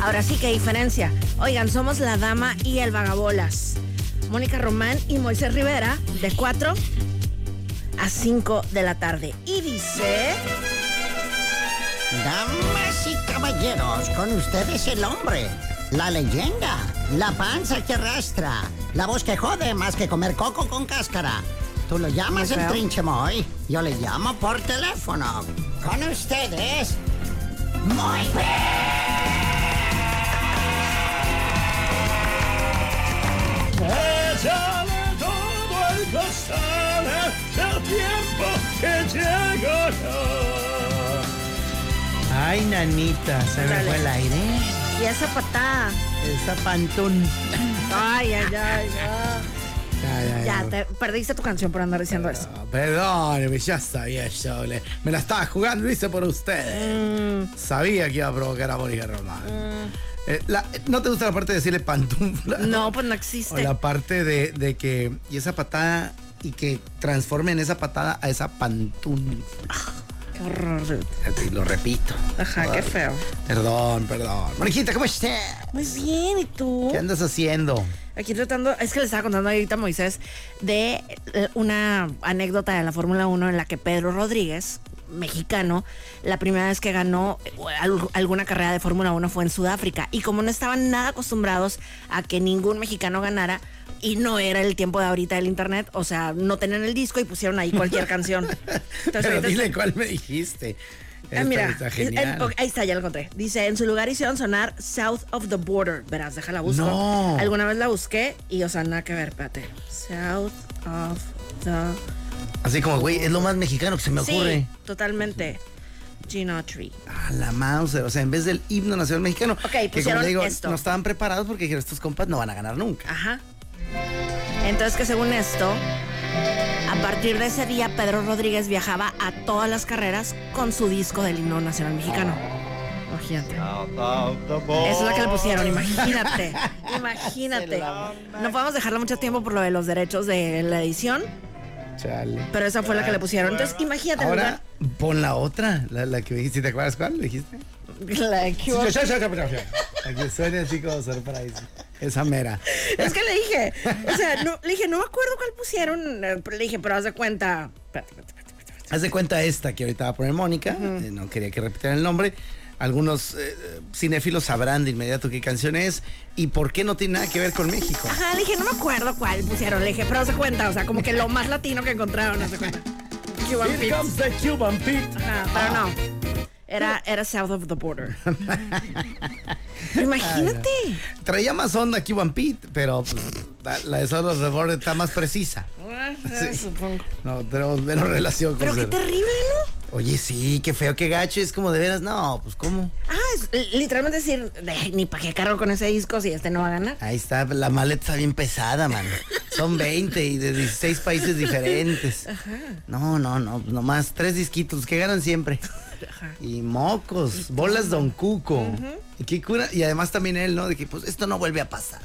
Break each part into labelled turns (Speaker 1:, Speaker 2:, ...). Speaker 1: Ahora sí que diferencia. Oigan, somos la dama y el vagabolas. Mónica Román y Moisés Rivera, de 4 a 5 de la tarde. Y dice...
Speaker 2: Damas y caballeros, con ustedes el hombre, la leyenda, la panza que arrastra, la voz que jode más que comer coco con cáscara. Tú lo llamas
Speaker 1: Muy
Speaker 2: el
Speaker 1: feo.
Speaker 2: trinche Moy, yo le llamo por teléfono. Con ustedes, Moy
Speaker 3: Ay, nanita, se me
Speaker 1: Dale.
Speaker 3: fue el aire.
Speaker 1: Y esa patada.
Speaker 3: Esa pantún.
Speaker 1: Ay, ay, ay, ay.
Speaker 3: Ay, ay,
Speaker 1: Ya,
Speaker 3: ay.
Speaker 1: te perdiste tu canción por andar diciendo eso.
Speaker 3: No, Perdóneme, ya sabía yo. le- me la estaba jugando, lo hice por
Speaker 1: Mm,
Speaker 3: ustedes. Sabía que iba a provocar a Mónica Román. Eh, la- ¿No te gusta la parte de decirle pantufla?
Speaker 1: No, pues no
Speaker 3: O
Speaker 1: existe.
Speaker 3: la parte de, de que. Y esa patada. Y que transformen esa patada a esa pantun.
Speaker 1: Qué horror, dude.
Speaker 3: Y Lo repito.
Speaker 1: Ajá, qué feo.
Speaker 3: Perdón, perdón. Moniquita, ¿cómo estás?
Speaker 1: Muy bien, ¿y tú?
Speaker 3: ¿Qué andas haciendo?
Speaker 1: Aquí tratando, es que le estaba contando ahorita a Moisés de eh, una anécdota de la Fórmula 1 en la que Pedro Rodríguez, mexicano, la primera vez que ganó eh, al- alguna carrera de Fórmula 1 fue en Sudáfrica. Y como no estaban nada acostumbrados a que ningún mexicano ganara, y no era el tiempo de ahorita del internet, o sea, no tenían el disco y pusieron ahí cualquier canción. Entonces,
Speaker 3: Pero
Speaker 1: ahorita-
Speaker 3: dile cuál me dijiste.
Speaker 1: Ah,
Speaker 3: Esta está genial.
Speaker 1: en- ok, ahí está, ya lo encontré. Dice, en su lugar hicieron sonar South of the Border. Verás, déjala busco.
Speaker 3: No.
Speaker 1: Alguna vez la busqué y, o sea, nada que ver, espérate. South of the...
Speaker 3: Así como, güey, es lo más mexicano que se me
Speaker 1: Sí,
Speaker 3: ocurre.
Speaker 1: totalmente. Gino Tree.
Speaker 3: A la mouse, o sea, en vez del himno nacional mexicano.
Speaker 1: Ok,
Speaker 3: que como
Speaker 1: pusieron
Speaker 3: le digo,
Speaker 1: esto.
Speaker 3: no estaban preparados porque dijeron, estos compas no van a ganar nunca.
Speaker 1: Ajá. Entonces que según esto, a partir de ese día Pedro Rodríguez viajaba a todas las carreras con su disco del himno nacional mexicano. Imagínate. Esa es la que le pusieron, imagínate. Imagínate. No podemos dejarla mucho tiempo por lo de los derechos de la edición,
Speaker 3: Chale.
Speaker 1: pero esa fue la que le pusieron. Entonces, imagínate el
Speaker 3: Ahora pon la otra, la, la que me dijiste, ¿te acuerdas cuál? ¿Le dijiste?
Speaker 1: lugar- la que-
Speaker 3: La que suene así como surprise. Esa mera.
Speaker 1: Es que le dije, o sea, no, le dije, no me acuerdo cuál pusieron. eh, pero Le dije, pero haz de cuenta. Espérate, espérate, espérate, espérate.
Speaker 3: Haz de cuenta esta que ahorita va a poner Mónica, eh, no quería que repitieran el nombre. Algunos eh, cinéfilos sabrán de inmediato qué canción es y por qué no tiene nada que ver con México.
Speaker 1: Ajá, le dije, no me acuerdo cuál pusieron. Le dije, pero se cuenta, o sea, como que lo más latino que encontraron, no se cuenta. Cuban Pete. Ajá, pero no. Era, era South of the Border. Imagínate.
Speaker 3: Traía más onda aquí One Pete, pero pues, la- la de Solos de Border está más precisa.
Speaker 1: Ah, Supongo.
Speaker 3: No, tenemos menos relación con
Speaker 1: Pero qué
Speaker 3: ser-
Speaker 1: terrible, ¿no?
Speaker 3: Oye, sí, qué feo, qué gacho. Es como de veras, no, pues cómo.
Speaker 1: Ah, es li- literalmente decir, "Ay, ni para qué cargo con ese disco si este no va a ganar.
Speaker 3: Ahí está, la maleta está bien pesada, man. Son 20 y de 16 países diferentes. No, no, no, nomás tres disquitos que ganan siempre. Y mocos, bolas Don Cuco. Y qué cura. Y además también él, ¿no? De que pues esto no vuelve a pasar.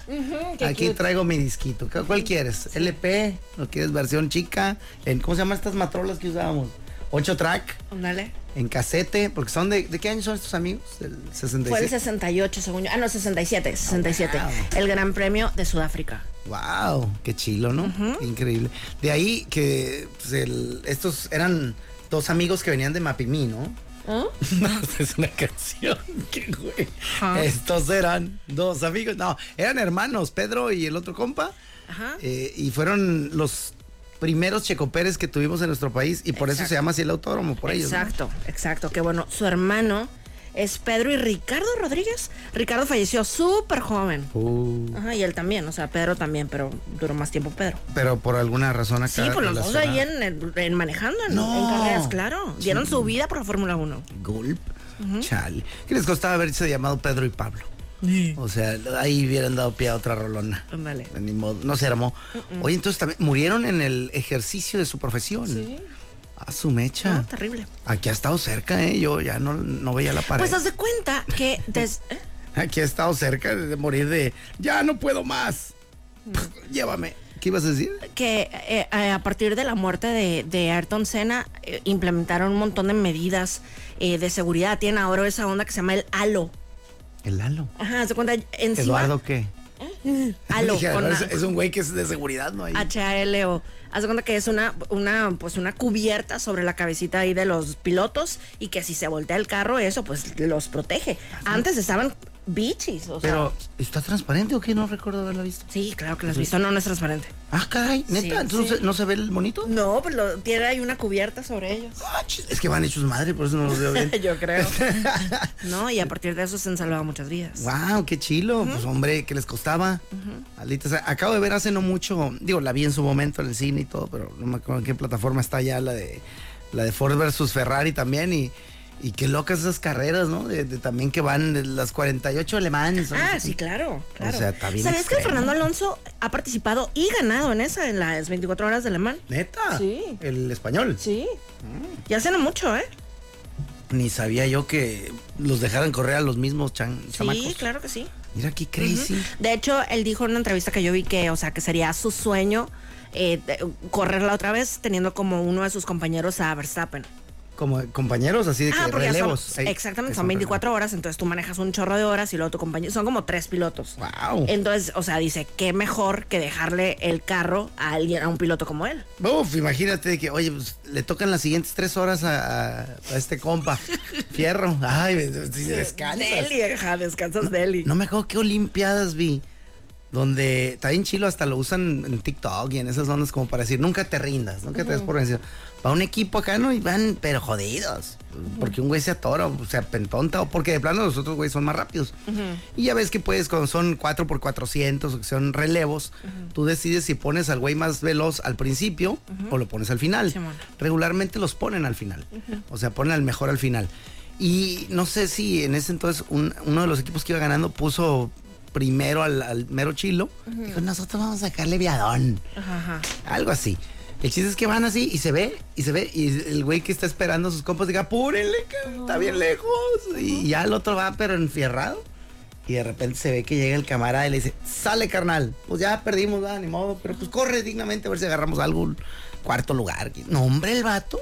Speaker 3: Aquí traigo mi disquito. ¿Cu- ¿Cuál quieres? ¿LP? ¿O quieres versión chica? En, ¿Cómo se llaman estas matrolas que usábamos? ¿Ocho track?
Speaker 1: Dale.
Speaker 3: ¿En casete? Porque son de. ¿De qué año son estos amigos? Del
Speaker 1: Fue el
Speaker 3: 66.
Speaker 1: 68, según yo. Ah, no, 67, 67.
Speaker 3: Ah, wow.
Speaker 1: El Gran Premio de Sudáfrica.
Speaker 3: Wow, qué chilo, ¿no? Increíble. De ahí que pues, el- estos eran dos amigos que venían de Mapimí, ¿no?
Speaker 1: ¿Ah?
Speaker 3: No, es una canción, qué güey.
Speaker 1: Ajá.
Speaker 3: Estos eran dos amigos, no, eran hermanos, Pedro y el otro compa.
Speaker 1: Ajá.
Speaker 3: Eh, y fueron los primeros checoperes que tuvimos en nuestro país y por eso
Speaker 1: Exacto.
Speaker 3: se llama así el autódromo por ellos. ¿no?
Speaker 1: exacto, exacto. Que bueno, su hermano es Pedro y Ricardo Rodríguez. Ricardo falleció súper joven.
Speaker 3: Uh,
Speaker 1: Ajá, y él también, o sea, Pedro también, pero duró más tiempo Pedro.
Speaker 3: pero por alguna razón acá.
Speaker 1: Sí, pues los dos ahí
Speaker 3: relacionada.
Speaker 1: en, en- en manejando, en,
Speaker 3: No.
Speaker 1: en carreras, claro. Dieron su vida por la Fórmula 1.
Speaker 3: Gulp. Chale. ¿Qué les costaba haberse llamado Pedro y Pablo? O sea, ahí hubieran dado pie a otra rolona. Pues
Speaker 1: Ándale.
Speaker 3: Ni modo, no se armó. Oye, entonces también murieron en el ejercicio de su profesión. A su mecha.
Speaker 1: No, terrible.
Speaker 3: Aquí ha estado cerca, ¿eh? Yo ya no, no veía la pared.
Speaker 1: Pues haz de cuenta que des- ¿eh?
Speaker 3: Aquí ha estado cerca de morir de. ¡Ya no puedo más!
Speaker 1: Mm.
Speaker 3: Llévame. ¿Qué ibas a decir?
Speaker 1: que eh, eh, a partir de la muerte de, de Ayrton Senna eh, implementaron un montón de medidas eh, de seguridad. Tienen ahora esa onda que se llama el halo.
Speaker 3: El Lalo.
Speaker 1: Ajá, haz de cuenta encima.
Speaker 3: ¿Eduardo qué?
Speaker 1: Halo.
Speaker 3: Dije,
Speaker 1: con
Speaker 3: es,
Speaker 1: la- Ah,
Speaker 3: es un güey que es de seguridad, ¿no? Ahí.
Speaker 1: HALO. Haz de cuenta que es una, una, pues una cubierta sobre la cabecita ahí de los pilotos y que si se voltea el carro, eso pues los protege. Antes estaban bichis, o sea.
Speaker 3: Pero, Pues ¿está transparente o qué? No recuerdo haberlo visto.
Speaker 1: sí, claro que las has visto, no, no es transparente.
Speaker 3: Ah, caray, neta,
Speaker 1: Sí,
Speaker 3: entonces
Speaker 1: sí.
Speaker 3: ¿no se- no se ve el monito.
Speaker 1: No, pues lo- tiene ahí una cubierta sobre ellos.
Speaker 3: Ah, chis, Es que van hechos madre, por eso no los veo bien. Este,
Speaker 1: Yo creo. no, y a partir de eso se han salvado muchas vidas.
Speaker 3: Wow, qué chilo. Pues hombre, ¿qué les costaba? Alitas, a- acabo de ver hace no mucho, digo, la vi en su momento en el cine y todo, pero no me acuerdo en qué plataforma está ya la de la de Ford versus Ferrari también y y qué locas esas carreras, ¿no? De, de también que van de las 48 alemanes. o no
Speaker 1: Ah,
Speaker 3: sé
Speaker 1: sí,
Speaker 3: qué.
Speaker 1: claro, claro.
Speaker 3: sea, está bien
Speaker 1: ¿Sabías que
Speaker 3: extremo.
Speaker 1: Fernando Alonso ha participado y ganado en esa, en las 24 horas de Le Mans?
Speaker 3: Neta.
Speaker 1: Sí.
Speaker 3: El español.
Speaker 1: Sí.
Speaker 3: Mm.
Speaker 1: Y hace no mucho, ¿eh?
Speaker 3: Ni sabía yo que los dejaran correr a los mismos chan- chamacos.
Speaker 1: Sí, claro que sí.
Speaker 3: Mira qué crazy.
Speaker 1: De hecho, él dijo en una entrevista que yo vi que, o sea, que sería su sueño eh, de- correrla otra vez teniendo como uno de sus compañeros a Verstappen.
Speaker 3: Como compañeros, así de que
Speaker 1: Ah, porque ya
Speaker 3: relevos.
Speaker 1: son, exactamente, son 24 horas, entonces tú manejas un chorro de horas y luego tu compañero, son como tres pilotos.
Speaker 3: ¡Wow!
Speaker 1: Entonces, o sea, dice, qué mejor que dejarle el carro a alguien, a un piloto como él.
Speaker 3: Uf, imagínate de que, oye, pues, le tocan las siguientes tres horas a, a- a este compa. Fierro. Ay, si descansas.
Speaker 1: Deli, ajá, descansas Deli.
Speaker 3: No me acuerdo qué olimpiadas vi. Donde está bien chilo, hasta lo usan en TikTok y en esas ondas como para decir, nunca te rindas, nunca te des por vencido. Va un equipo acá, ¿no? Y van, pero jodidos. Porque un güey se atora, o se apentonta, o porque de plano los otros güeyes son más rápidos. Y ya ves que puedes, cuando son 4 por 400 o que son relevos, tú decides si pones al güey más veloz al principio o lo pones al final.
Speaker 1: Simón.
Speaker 3: Regularmente los ponen al final. O sea, ponen al mejor al final. Y no sé si en ese entonces un- uno de los equipos que iba ganando puso primero al, al mero chilo. Dijo, nosotros vamos a sacarle viadón.
Speaker 1: Ajá, ajá.
Speaker 3: Algo así. El chiste es que van así y se ve, y se ve, y el güey que está esperando a sus compas diga, apúrenle, que está bien lejos. Y ya el otro va, pero enfierrado. Y de repente se ve que llega el camarada y le dice, sale carnal, pues ya perdimos, va, ni modo, pero pues corre dignamente a ver si agarramos algo, un cuarto lugar. No, hombre, el vato,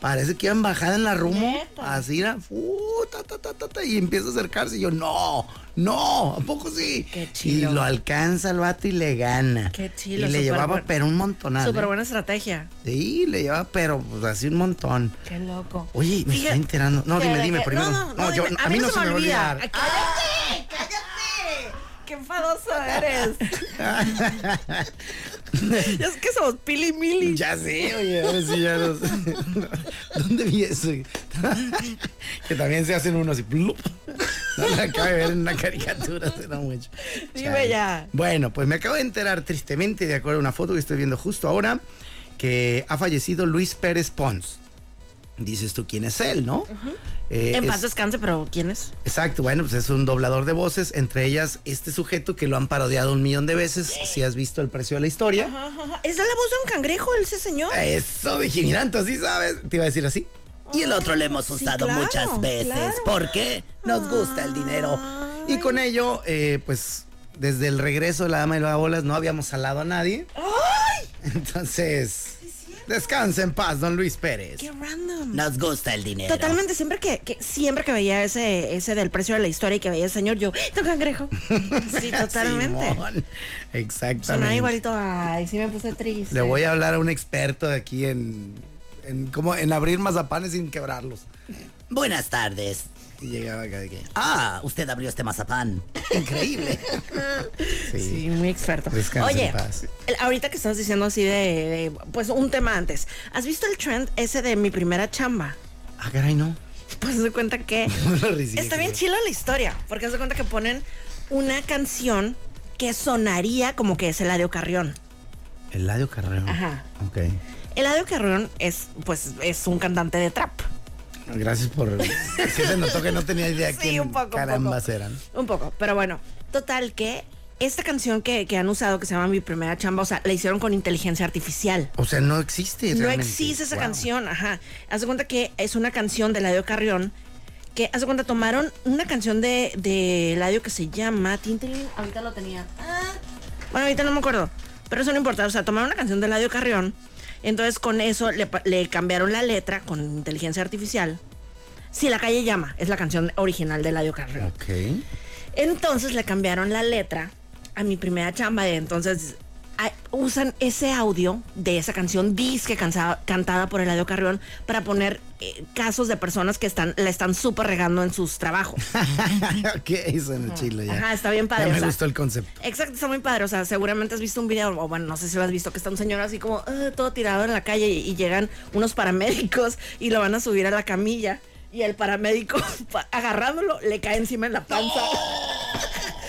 Speaker 3: parece que iban bajada en la rumbo, así, era, fu, ta, ta, ta, ta, ta, y empieza a acercarse. Y yo, no, no, ¿a poco sí?
Speaker 1: Qué chilo.
Speaker 3: Y lo alcanza el vato y le gana.
Speaker 1: Qué chilo,
Speaker 3: Y le
Speaker 1: súper
Speaker 3: llevaba,
Speaker 1: bueno.
Speaker 3: pero un montonal.
Speaker 1: Súper
Speaker 3: ¿eh?
Speaker 1: buena estrategia.
Speaker 3: Sí, le llevaba, pero pues, así un montón.
Speaker 1: Qué loco.
Speaker 3: Oye, me
Speaker 1: Fíjate-
Speaker 3: estoy enterando. No,
Speaker 1: Fíjate
Speaker 3: dime, dime
Speaker 1: que-
Speaker 3: primero.
Speaker 1: No, no, no,
Speaker 3: yo-
Speaker 1: dime. a, mí no, se me, olvida.
Speaker 3: olvidar.
Speaker 1: Ay, ¡Cállate! ¡Cállate! ¡Qué enfadoso eres! es que somos pili mili.
Speaker 3: Ya sé, oye, ahora sí ya no sé. ¿Dónde vi eso? que también se hacen unos así. ¡plup! No la acabo de ver en una caricatura, será mucho.
Speaker 1: Dime
Speaker 3: Chale.
Speaker 1: ya.
Speaker 3: Bueno, pues me acabo de enterar tristemente, de acuerdo a una foto que estoy viendo justo ahora, que ha fallecido Luis Pérez Pons. Dices tú quién es él, ¿no? Eh,
Speaker 1: En
Speaker 3: es-
Speaker 1: paz descanse, pero ¿quién es?
Speaker 3: Exacto, bueno, pues es un doblador de voces, entre ellas este sujeto que lo han parodiado un millón de veces, si has visto El Precio de la Historia.
Speaker 1: ¿Es la voz de un cangrejo ese señor?
Speaker 3: Eh, Eso, dije, mira, entonces sí sabes, te iba a decir así.
Speaker 2: Y el otro le hemos
Speaker 1: Sí,
Speaker 2: usado
Speaker 1: claro, Ah.
Speaker 2: muchas veces.
Speaker 1: claro.
Speaker 2: porque
Speaker 3: Nos gusta el dinero. Y con ello, eh, pues desde el regreso de la Dama de las Bolas no habíamos salado a nadie. Entonces, descansa en paz, don Luis Pérez.
Speaker 1: Qué random.
Speaker 2: Nos gusta el dinero.
Speaker 1: Totalmente, siempre que, que- siempre que veía ese, ese del precio de la historia y que veía el señor, yo, ¡tu cangrejo! Sí, totalmente.
Speaker 3: Simón,
Speaker 1: Sonaba
Speaker 3: Exactamente.
Speaker 1: igualito, ay, sí me puse triste.
Speaker 3: Le voy a hablar a un experto de aquí en, en cómo en abrir mazapanes sin quebrarlos.
Speaker 2: Buenas tardes.
Speaker 3: Y llegaba acá de que.
Speaker 2: Ah, usted abrió este mazapán.
Speaker 3: Increíble. Sí.
Speaker 1: Sí, muy experto.
Speaker 3: Descansa en
Speaker 1: Oye,
Speaker 3: paz.
Speaker 1: el- ahorita que estás diciendo así de, de- pues un tema antes, ¿has visto el trend ese de mi primera chamba?
Speaker 3: Ah, caray, no.
Speaker 1: pues se cuenta que
Speaker 3: Una risilla
Speaker 1: está
Speaker 3: que
Speaker 1: bien
Speaker 3: se-
Speaker 1: chila la historia, porque se cuenta que ponen una canción que sonaría como que es Eladio Carrión.
Speaker 3: Eladio Carreón.
Speaker 1: Ajá.
Speaker 3: Ok.
Speaker 1: Eladio Carrión es, pues, es un cantante de trap.
Speaker 3: Gracias por. Sí se notó que no tenía idea
Speaker 1: Sí,
Speaker 3: quién
Speaker 1: un poco, un
Speaker 3: carambas
Speaker 1: poco.
Speaker 3: eran.
Speaker 1: Un poco, pero bueno, total que esta canción que, que han usado, que se llama Mi Primera Chamba, o sea, la hicieron con inteligencia artificial.
Speaker 3: O sea, no existe.
Speaker 1: No
Speaker 3: realmente.
Speaker 1: existe esa
Speaker 3: Wow.
Speaker 1: canción, ajá. Haz de cuenta que es una canción de Ladio Carrión, que haz de cuenta tomaron una canción de, de Ladio que se llama Tintelín, ahorita lo tenía. Ah, Bueno, ahorita no me acuerdo, pero eso no importa, o sea, tomaron una canción de Ladio Carrión, entonces con eso le, pa- le cambiaron la letra con inteligencia artificial. Si la calle llama, es la canción original de Ladio Carrión.
Speaker 3: Ok.
Speaker 1: Entonces le cambiaron la letra a mi primera chamba de entonces a- usan ese audio de esa canción disque cansa- cantada por Eladio Carrión para poner eh, casos de personas que están la están súper regando en sus trabajos.
Speaker 3: ok, eso en el chile ya.
Speaker 1: Ajá, está bien padre,
Speaker 3: Ya
Speaker 1: o
Speaker 3: me
Speaker 1: sea. eh,
Speaker 3: gustó el concepto.
Speaker 1: Exacto, está muy padre. O sea, seguramente has visto un video, o bueno, no sé si lo has visto, que está un señor así como ah, todo tirado en la calle y, y llegan unos paramédicos y lo van a subir a la camilla y el paramédico pa- agarrándolo le cae encima en la panza.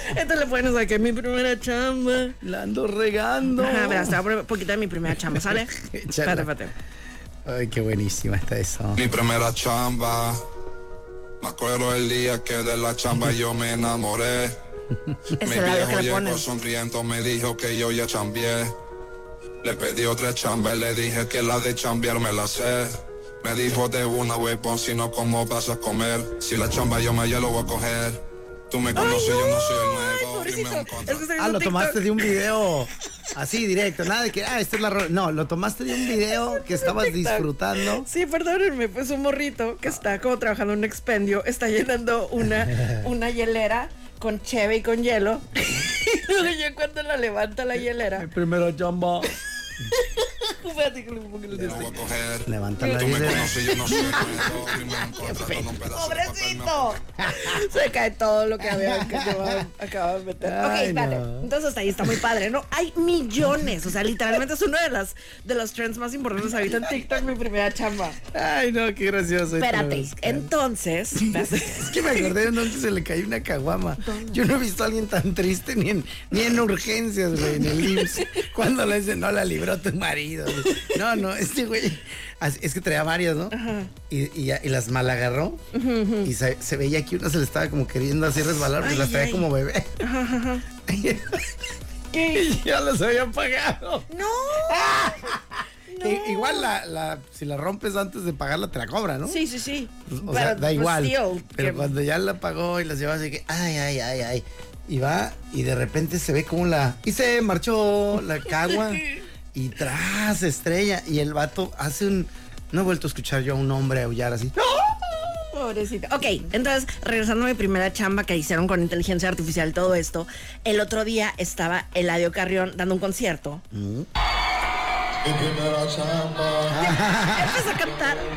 Speaker 1: Entonces le pueden usar que mi primera chamba.
Speaker 3: La ando regando.
Speaker 1: Ajá, verás, te voy a poner un poquito de mi primera chamba, ¿sale?
Speaker 3: Chala.
Speaker 1: espérate, espérate.
Speaker 3: Ay, qué buenísima está eso.
Speaker 4: Mi primera chamba. Me acuerdo el día que de la chamba yo me enamoré.
Speaker 1: Es
Speaker 4: Mi
Speaker 1: el audio
Speaker 4: viejo
Speaker 1: que le ponen.
Speaker 4: llegó sonriendo, me dijo que yo ya chambié. Le pedí otra chamba y le dije que la de chambear me la sé. Me dijo de una huevón, si no, ¿cómo vas a comer? Si la chamba yo me ya lo voy a coger. Tú me
Speaker 1: Ay,
Speaker 4: conoces,
Speaker 1: no,
Speaker 4: yo no soy el
Speaker 1: ay,
Speaker 4: nuevo. y me
Speaker 1: pobrecito.
Speaker 4: encontré-
Speaker 1: Es que estoy
Speaker 3: Ah,
Speaker 1: viendo
Speaker 3: lo
Speaker 1: TikTok.
Speaker 3: tomaste de un video. Así, directo. Nada de que, ah, esta es la... ro-". No, lo tomaste de un video que estabas disfrutando.
Speaker 1: Sí, perdónenme, pues un morrito que está como trabajando en un expendio, está llenando una, una hielera con cheve y con hielo. Y luego ya cuando la levanta la hielera,
Speaker 3: primera chamba.
Speaker 1: espérate que un poquito
Speaker 4: Lo voy a coger.
Speaker 3: Levanta la
Speaker 4: Tú me
Speaker 3: hielera.
Speaker 4: conoces, yo no soy el nuevo. y me encontré con un pedazo de papel, me
Speaker 1: ¡Pobrecito! Se cae todo lo que había que acababa, acababa de meter. ok,
Speaker 3: Ay,
Speaker 1: espérate.
Speaker 3: no.
Speaker 1: Entonces hasta ahí está muy padre, ¿no? Hay millones. O sea, literalmente es uno de las de los trends más importantes ahorita en TikTok, mi primera chamba.
Speaker 3: Ay, no, qué gracioso.
Speaker 1: Espérate.
Speaker 3: Esto me gusta.
Speaker 1: Entonces.
Speaker 3: Es que me acordé de donde se le cayó una caguama. Yo no he visto a alguien tan triste ni en, ni en urgencias, güey, en el IMSS. Cuando le dicen, no la libró tu marido. güey. No, no, este güey. así- Es que traía varias, ¿no? Y, y ya- y las malagarró. Y se, se veía que una se le estaba como queriendo así resbalar, pues
Speaker 1: Ay,
Speaker 3: las traía
Speaker 1: ay.
Speaker 3: como bebé.
Speaker 1: ¿Qué?
Speaker 3: Y ya las había pagado.
Speaker 1: ¡No!
Speaker 3: I- igual la, la- si la rompes antes de pagarla, te la cobra, ¿no?
Speaker 1: Sí, sí, sí.
Speaker 3: O
Speaker 1: Pero,
Speaker 3: sea, da
Speaker 1: pues,
Speaker 3: igual.
Speaker 1: still,
Speaker 3: pero
Speaker 1: que-
Speaker 3: cuando ya la pagó y las llevó así que, ay, ay, ay, ay. Y va y de repente se ve como la... Y se marchó la cagua y tras estrella. Y el vato hace un... No he vuelto a escuchar yo a un hombre aullar así.
Speaker 1: Pobrecito. Ok, entonces, regresando a mi primera chamba que hicieron con inteligencia artificial todo esto, el otro día estaba Eladio Carrión dando un concierto.
Speaker 4: Mi primera chamba.
Speaker 1: Empezó a cantar.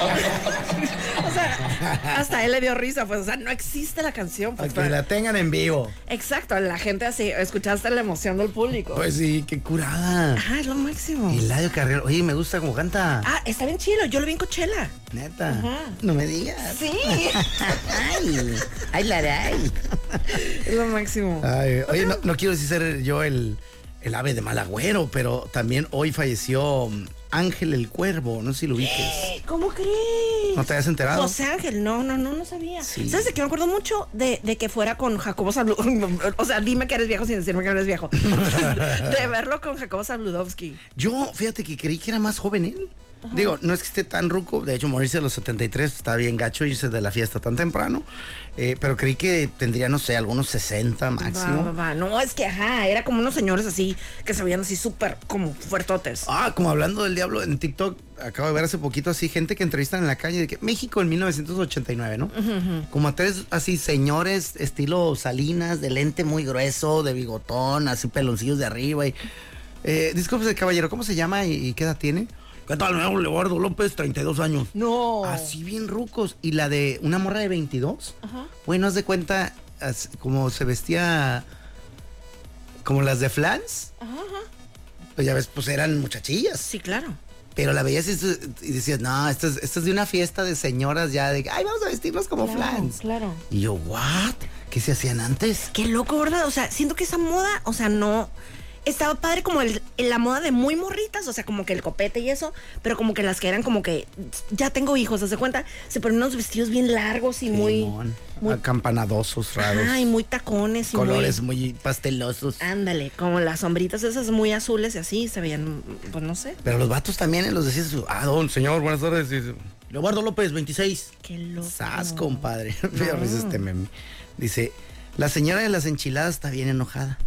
Speaker 1: o sea, hasta él le dio risa, pues, o sea, no existe la canción.
Speaker 3: Para
Speaker 1: Pues,
Speaker 3: que la tengan en vivo.
Speaker 1: Exacto, la gente así, escuchaste la emoción del público.
Speaker 3: Pues sí, qué curada.
Speaker 1: Ajá, es lo máximo.
Speaker 3: Eladio Carrero. Oye, me gusta cómo canta.
Speaker 1: Ah, está bien chido, yo lo vi en Coachella.
Speaker 3: Neta. No me digas.
Speaker 1: Sí.
Speaker 3: Ay, ay, la, ay.
Speaker 1: es lo máximo.
Speaker 3: Ay, oye, no, no quiero decir ser yo el, el ave de mal agüero, pero también hoy falleció mm, Ángel el Cuervo, no sé si lo ubiques.
Speaker 1: ¿Cómo crees?
Speaker 3: ¿No te habías enterado?
Speaker 1: José Ángel, no, no, no, no sabía.
Speaker 3: Sí.
Speaker 1: ¿Sabes de qué me acuerdo mucho? De, de que fuera con Jacobo Zabludovsky. O sea, dime que eres viejo sin decirme que eres viejo. de verlo con Jacobo Zabludovsky.
Speaker 3: Yo, fíjate que creí que era más joven él. Digo, no es que esté tan ruco, de hecho morirse a los 73 está bien gacho irse de la fiesta tan temprano, eh, pero creí que tendría, no sé, algunos 60 máximo.
Speaker 1: Va, va, va. No, es que ajá, era como unos señores así que se veían así súper como fuertotes.
Speaker 3: Ah, como hablando del diablo en TikTok, acabo de ver hace poquito así gente que entrevistan en la calle de que México en 1989, ¿no? Como a tres así señores estilo Salinas, de lente muy grueso, de bigotón, así peloncillos de arriba y eh, discúlpese, caballero, ¿cómo se llama y, y qué edad tiene? ¿Qué tal? Me llamo Leobardo López, 32 años.
Speaker 1: No.
Speaker 3: Así bien rucos. Y la de una morra de 22. Bueno, haz de cuenta as- como se vestía como las de Flans. Pues ya ves, pues eran muchachillas.
Speaker 1: Sí, claro.
Speaker 3: Pero la veías y, su- y decías, no, esto es, esto es de una fiesta de señoras ya, de que, ay, vamos a vestirnos como
Speaker 1: Claro,
Speaker 3: flans.
Speaker 1: claro.
Speaker 3: Y yo, ¿what? ¿Qué se hacían antes?
Speaker 1: Qué loco, ¿verdad? O sea, siento que esa moda, o sea, no. Estaba padre como el, la moda de muy morritas, o sea, como que el copete y eso, pero como que las que eran como que ya tengo hijos, ¿se cuenta? Se ponen unos vestidos bien largos y muy.
Speaker 3: Simón,
Speaker 1: muy
Speaker 3: acampanadosos, raros.
Speaker 1: Ay, muy tacones y muy- Ah.
Speaker 3: colores muy pastelosos.
Speaker 1: Ándale, como las sombritas esas muy azules y así, se veían, pues no sé.
Speaker 3: Pero los vatos también eh, los decías, ah, don, señor, buenas tardes. Y dice, Leobardo López, 26.
Speaker 1: Qué loco.
Speaker 3: Sas, compadre. Veo risa este meme. Dice, la señora de las enchiladas está bien enojada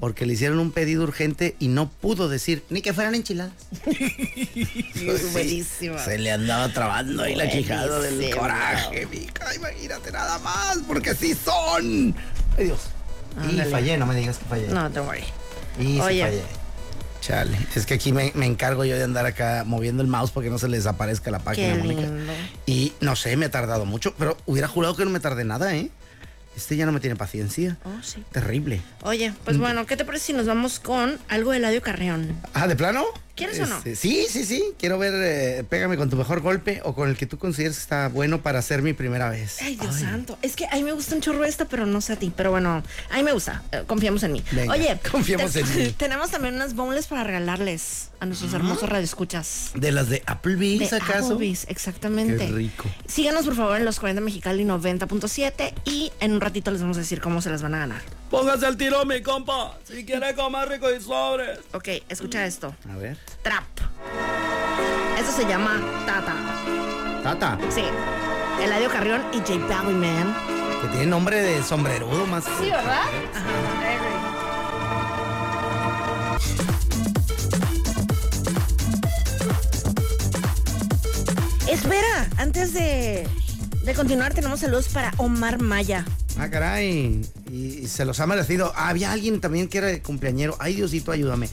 Speaker 3: porque le hicieron un pedido urgente y no pudo decir ni que fueran enchiladas. Sí,
Speaker 1: buenísima.
Speaker 3: Se le andaba trabando ahí la quijada del
Speaker 1: Buenísima.
Speaker 3: coraje, mija. Imagínate nada más, porque sí son. Ay, Dios.
Speaker 1: Ándale.
Speaker 3: Y fallé, no me digas que fallé.
Speaker 1: No, don't worry.
Speaker 3: Y sí
Speaker 1: Oye.
Speaker 3: fallé. Chale, es que aquí me, me encargo yo de andar acá moviendo el mouse porque no se le desaparezca la página,
Speaker 1: Qué
Speaker 3: Mónica.
Speaker 1: lindo.
Speaker 3: Y no sé, me he tardado mucho, pero hubiera jurado que no me tardé nada, ¿eh? Este ya no me tiene paciencia.
Speaker 1: Oh, sí.
Speaker 3: Terrible.
Speaker 1: Oye,
Speaker 3: Mm.
Speaker 1: pues bueno, ¿qué te parece si nos vamos con algo de Eladio Carreón?
Speaker 3: Ah, ¿de plano?
Speaker 1: ¿Quieres o no?
Speaker 3: Este, Sí, sí, sí. Quiero ver, eh, pégame con tu mejor golpe o con el que tú consideres que está bueno para ser mi primera vez.
Speaker 1: Ay, Dios santo. Es que a mí me gusta un chorro esta, pero no sé a ti. Pero bueno, a mí me gusta. Eh, Confiamos en mí.
Speaker 3: Venga,
Speaker 1: Oye,
Speaker 3: confiamos
Speaker 1: te-
Speaker 3: en mí. Ah.
Speaker 1: Tenemos también unas boneless para regalarles a nuestros hermosos radioescuchas.
Speaker 3: ¿De las de Applebee's
Speaker 1: De
Speaker 3: acaso?
Speaker 1: Applebee's, exactamente.
Speaker 3: oh? Qué rico.
Speaker 1: Síganos por favor en los 40 Mexicali 90.7 y en un ratito les vamos a decir cómo se las van a ganar.
Speaker 5: Póngase al tiro, mi compa. Si quiere comer rico y sobres.
Speaker 1: Ok,
Speaker 3: Mm.
Speaker 1: escucha esto.
Speaker 3: A ver.
Speaker 1: Trap. Esto se llama Tata.
Speaker 3: Tata,
Speaker 1: Sí. Eladio Carrión y J Balvin, man.
Speaker 3: que tiene nombre de sombrerudo más.
Speaker 1: Sí, ¿verdad? Espera, antes de, de continuar tenemos saludos para Omar Maya.
Speaker 3: Ah, caray. Y, y se los ha merecido. había alguien también que era de cumpleañero. Ay, Diosito, ayúdame.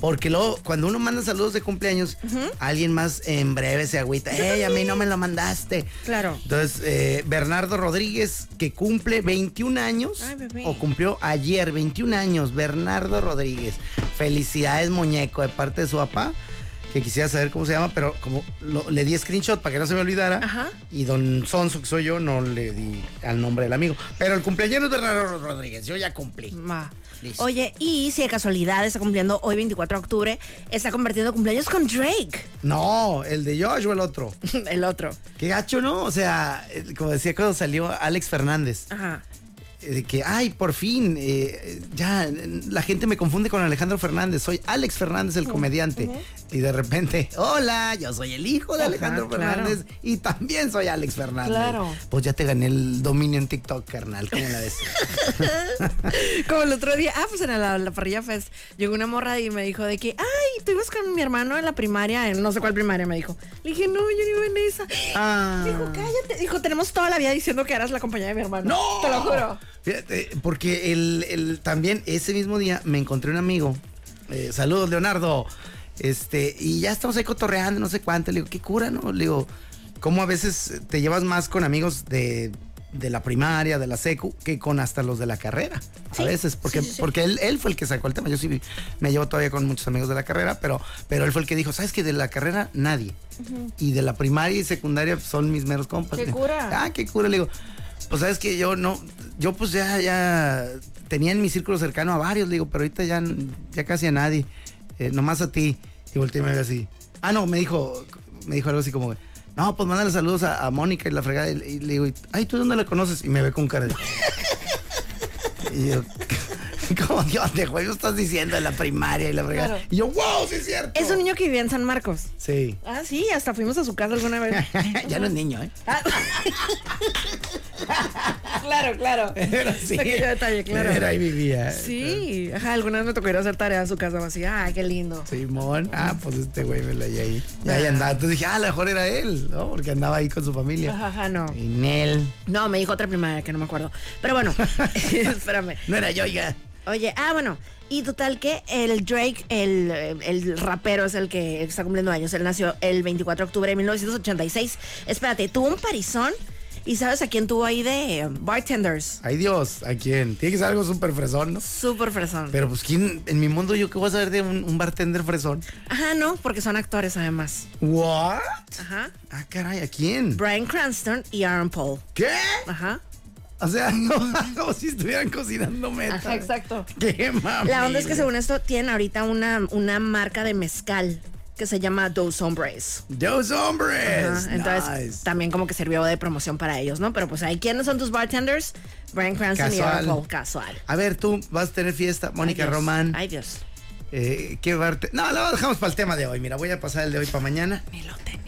Speaker 3: Porque luego, cuando uno manda saludos de cumpleaños, alguien más en breve se agüita. ¡Ey, a mí no me lo mandaste!
Speaker 1: Claro.
Speaker 3: Entonces, eh, Bernardo Rodríguez, que cumple 21 años,
Speaker 1: Ay, bebé.
Speaker 3: o cumplió ayer 21 años, Bernardo Rodríguez. Felicidades, muñeco, de parte de su papá, que quisiera saber cómo se llama, pero como lo- le di screenshot para que no se me olvidara,
Speaker 1: Ajá.
Speaker 3: y don Sonso, que soy yo, no le di al nombre del amigo. Pero el cumpleaños es Bernardo Rodríguez, yo ya cumplí.
Speaker 1: Ma.
Speaker 3: Listo.
Speaker 1: Oye, y si de casualidad está cumpliendo hoy 24 de octubre, está compartiendo cumpleaños con Drake,
Speaker 3: No, el de Josh o el otro.
Speaker 1: el otro.
Speaker 3: Qué gacho, ¿no? O sea, eh, como decía cuando salió Alex Fernández.
Speaker 1: Ajá.
Speaker 3: eh, de que, ay, por fin, eh, ya eh, la gente me confunde con Alejandro Fernández, soy Alex Fernández el comediante. Y de repente, hola, yo soy el hijo de
Speaker 1: Ajá,
Speaker 3: Alejandro
Speaker 1: claro.
Speaker 3: Fernández y también soy Alex Fernández.
Speaker 1: Claro.
Speaker 3: Pues ya te gané el dominio en TikTok, carnal, ¿cómo la ves?
Speaker 1: Como el otro día, ah, pues en la, la parrilla fest, llegó una morra y me dijo de que, ay, tú ibas con mi hermano en la primaria, en no sé cuál primaria, me dijo. Le dije, no, yo no iba en esa.
Speaker 3: Ah.
Speaker 1: Dijo, cállate. Dijo, tenemos toda la vida diciendo que eras la compañía de mi hermano. Te lo juro.
Speaker 3: Fíjate, porque el, el- también ese mismo día me encontré un amigo. eh, saludos, Leonardo. Este, y ya estamos ahí cotorreando, no sé cuánto. Le digo, ¿qué cura, no? Le digo, ¿cómo a veces te llevas más con amigos de, de la primaria, de la secu, que con hasta los de la carrera?
Speaker 1: Sí,
Speaker 3: a veces, porque,
Speaker 1: sí, sí, sí.
Speaker 3: porque él, él fue el que sacó el tema. Yo sí me llevo todavía con muchos amigos de la carrera, pero, pero él fue el que dijo, ¿sabes que De la carrera, nadie. Y de la primaria y secundaria son mis meros compas.
Speaker 1: ¡Qué
Speaker 3: Le digo,
Speaker 1: cura!
Speaker 3: Ah, qué cura. Le digo, pues sabes que yo no, yo pues ya, ya tenía en mi círculo cercano a varios, le digo, pero ahorita ya, ya casi a nadie, eh, nomás a ti. Y volteé y me ve así. Ah, no, me dijo, me dijo algo así como, no, pues mándale saludos a, a Mónica y la fregada. Y, le- y le digo, ay, ¿tú dónde la conoces? Y me ve con cara de... y yo, como Dios de juego estás diciendo en la primaria y la fregada.
Speaker 1: Claro.
Speaker 3: Y yo, wow, sí es cierto.
Speaker 1: Es un niño que vivía en San Marcos.
Speaker 3: Sí.
Speaker 1: Ah, sí, hasta fuimos a su casa alguna vez.
Speaker 3: ya no es niño, ¿eh?
Speaker 1: Ah. claro, claro.
Speaker 3: Pero sí.
Speaker 1: Pequeño detalle, claro.
Speaker 3: Era ahí vivía.
Speaker 1: Sí, ajá, alguna vez me tocó ir a hacer tarea a su casa, así, ay, qué lindo.
Speaker 3: Simón, ah, pues este güey me la hallé ahí. Y ahí andaba. Entonces dije, ah, a lo mejor era él, ¿no? Porque andaba ahí con su familia.
Speaker 1: Ajá, ajá, no.
Speaker 3: En él.
Speaker 1: No, me dijo otra primaria que no me acuerdo. Pero bueno, espérame.
Speaker 3: No era yo, ya.
Speaker 1: Oye, ah, bueno. Y total que el Drake, el, el rapero es el que está cumpliendo años. Él nació el 24 de octubre de 1986. Espérate, tuvo un parizón ¿Y sabes a quién tuvo ahí de bartenders?
Speaker 3: Ay Dios, ¿a quién? Tiene que ser algo súper fresón, ¿no?
Speaker 1: Súper fresón.
Speaker 3: Pero pues quién, en mi mundo yo qué voy a saber de un, un bartender fresón.
Speaker 1: Ajá, no, porque son actores además.
Speaker 3: ¿What?
Speaker 1: Ajá.
Speaker 3: Ah, caray, ¿a quién?
Speaker 1: Brian Cranston y Aaron Paul.
Speaker 3: ¿Qué?
Speaker 1: Ajá.
Speaker 3: O sea, no, como si estuvieran cocinando metal.
Speaker 1: Ajá, exacto.
Speaker 3: Qué mami.
Speaker 1: La onda es que según esto tienen ahorita una, una marca de mezcal que se llama Dos Hombres.
Speaker 3: Dos
Speaker 1: Ajá,
Speaker 3: hombres.
Speaker 1: Entonces
Speaker 3: Nice.
Speaker 1: también como que sirvió de promoción para ellos, ¿no? Pero pues ahí, ¿quiénes son tus bartenders? Brian Cranston y Aaron
Speaker 3: Casual.
Speaker 1: Paul. Casual.
Speaker 3: A ver, tú vas a tener fiesta, Mónica
Speaker 1: Ay, Dios.
Speaker 3: Román.
Speaker 1: Ay, Dios.
Speaker 3: Eh, ¿Qué barte? No, la dejamos para el tema de hoy. Mira, voy a pasar el de hoy para mañana.
Speaker 1: Ni lo tenía.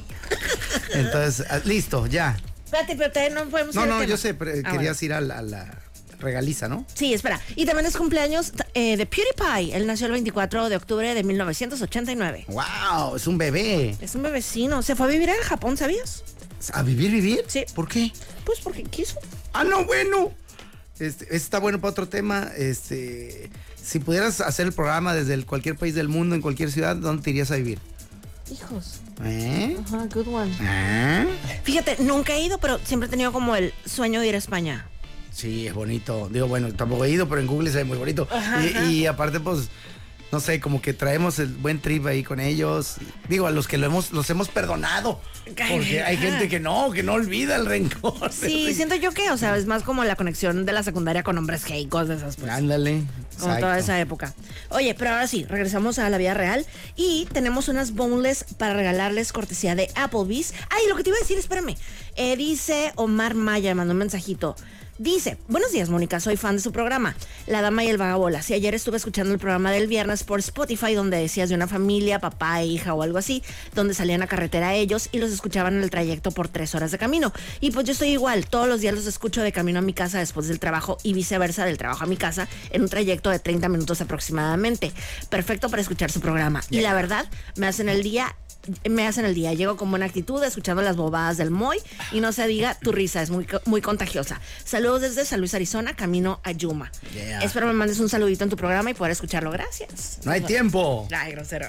Speaker 3: Entonces, ah, listo, ya.
Speaker 1: Espérate, pero todavía no podemos
Speaker 3: No,
Speaker 1: ir al
Speaker 3: no,
Speaker 1: Pues tema.
Speaker 3: yo sé, pero eh,
Speaker 1: Ah,
Speaker 3: querías
Speaker 1: bueno.
Speaker 3: ir a la, a la regaliza, ¿no?
Speaker 1: Sí, espera. Y también es cumpleaños eh, de PewDiePie. Él nació el 24 de octubre de 1989.
Speaker 3: ¡Wow! Es un bebé.
Speaker 1: Es un bebecino. Se fue a vivir a Japón, ¿sabías?
Speaker 3: ¿A vivir, vivir?
Speaker 1: Sí.
Speaker 3: ¿Por qué?
Speaker 1: Pues porque quiso.
Speaker 3: ¡Ah, no, bueno! Este, este está bueno para otro tema. Este, si pudieras hacer el programa desde el- cualquier país del mundo, en cualquier ciudad, ¿dónde te irías a vivir?
Speaker 1: Hijos.
Speaker 3: ¿Eh?
Speaker 1: Ajá, good one.
Speaker 3: ¿Ah?
Speaker 1: Fíjate, nunca he ido, pero siempre he tenido como el sueño de ir a España.
Speaker 3: Sí, es bonito. Digo, bueno, tampoco he ido, pero en Google se ve muy bonito.
Speaker 1: Ajá,
Speaker 3: y,
Speaker 1: ajá.
Speaker 3: y aparte, pues, no sé, como que traemos el buen trip ahí con ellos. Digo, a los que lo hemos, los hemos perdonado.
Speaker 1: Ay,
Speaker 3: Porque hay
Speaker 1: ajá.
Speaker 3: gente que no, que no olvida el rencor.
Speaker 1: Sí, siento yo que, o sea, es más como la conexión de la secundaria con hombres gay, cosas de esas, pues.
Speaker 3: Ándale.
Speaker 1: Como toda esa época. Oye, pero ahora sí, regresamos a la vida real y tenemos unas boneless para regalarles cortesía de Applebee's. Ay, lo que te iba a decir, espérame. Eh, dice Omar Maya, mandó un mensajito. Dice, buenos días Mónica, soy fan de su programa, La Dama y el Vagabola. Si ayer estuve escuchando el programa del viernes por Spotify donde decías de una familia, papá, e hija o algo así, donde salían a carretera ellos y los escuchaban en el trayecto por tres horas de camino. Y pues yo estoy igual, todos los días los escucho de camino a mi casa después del trabajo y viceversa del trabajo a mi casa en un trayecto de 30 minutos aproximadamente. Perfecto para escuchar su programa. Y la verdad, me hacen el día. Me hacen el día, llego con buena actitud, escuchando las bobadas del Moy y no se diga, tu risa es muy, co- muy contagiosa. Saludos desde San Luis, Arizona, camino a Yuma.
Speaker 3: Yeah.
Speaker 1: Espero me mandes un saludito en tu programa y poder escucharlo. Gracias.
Speaker 3: No hay tiempo.
Speaker 1: Ay, grosero.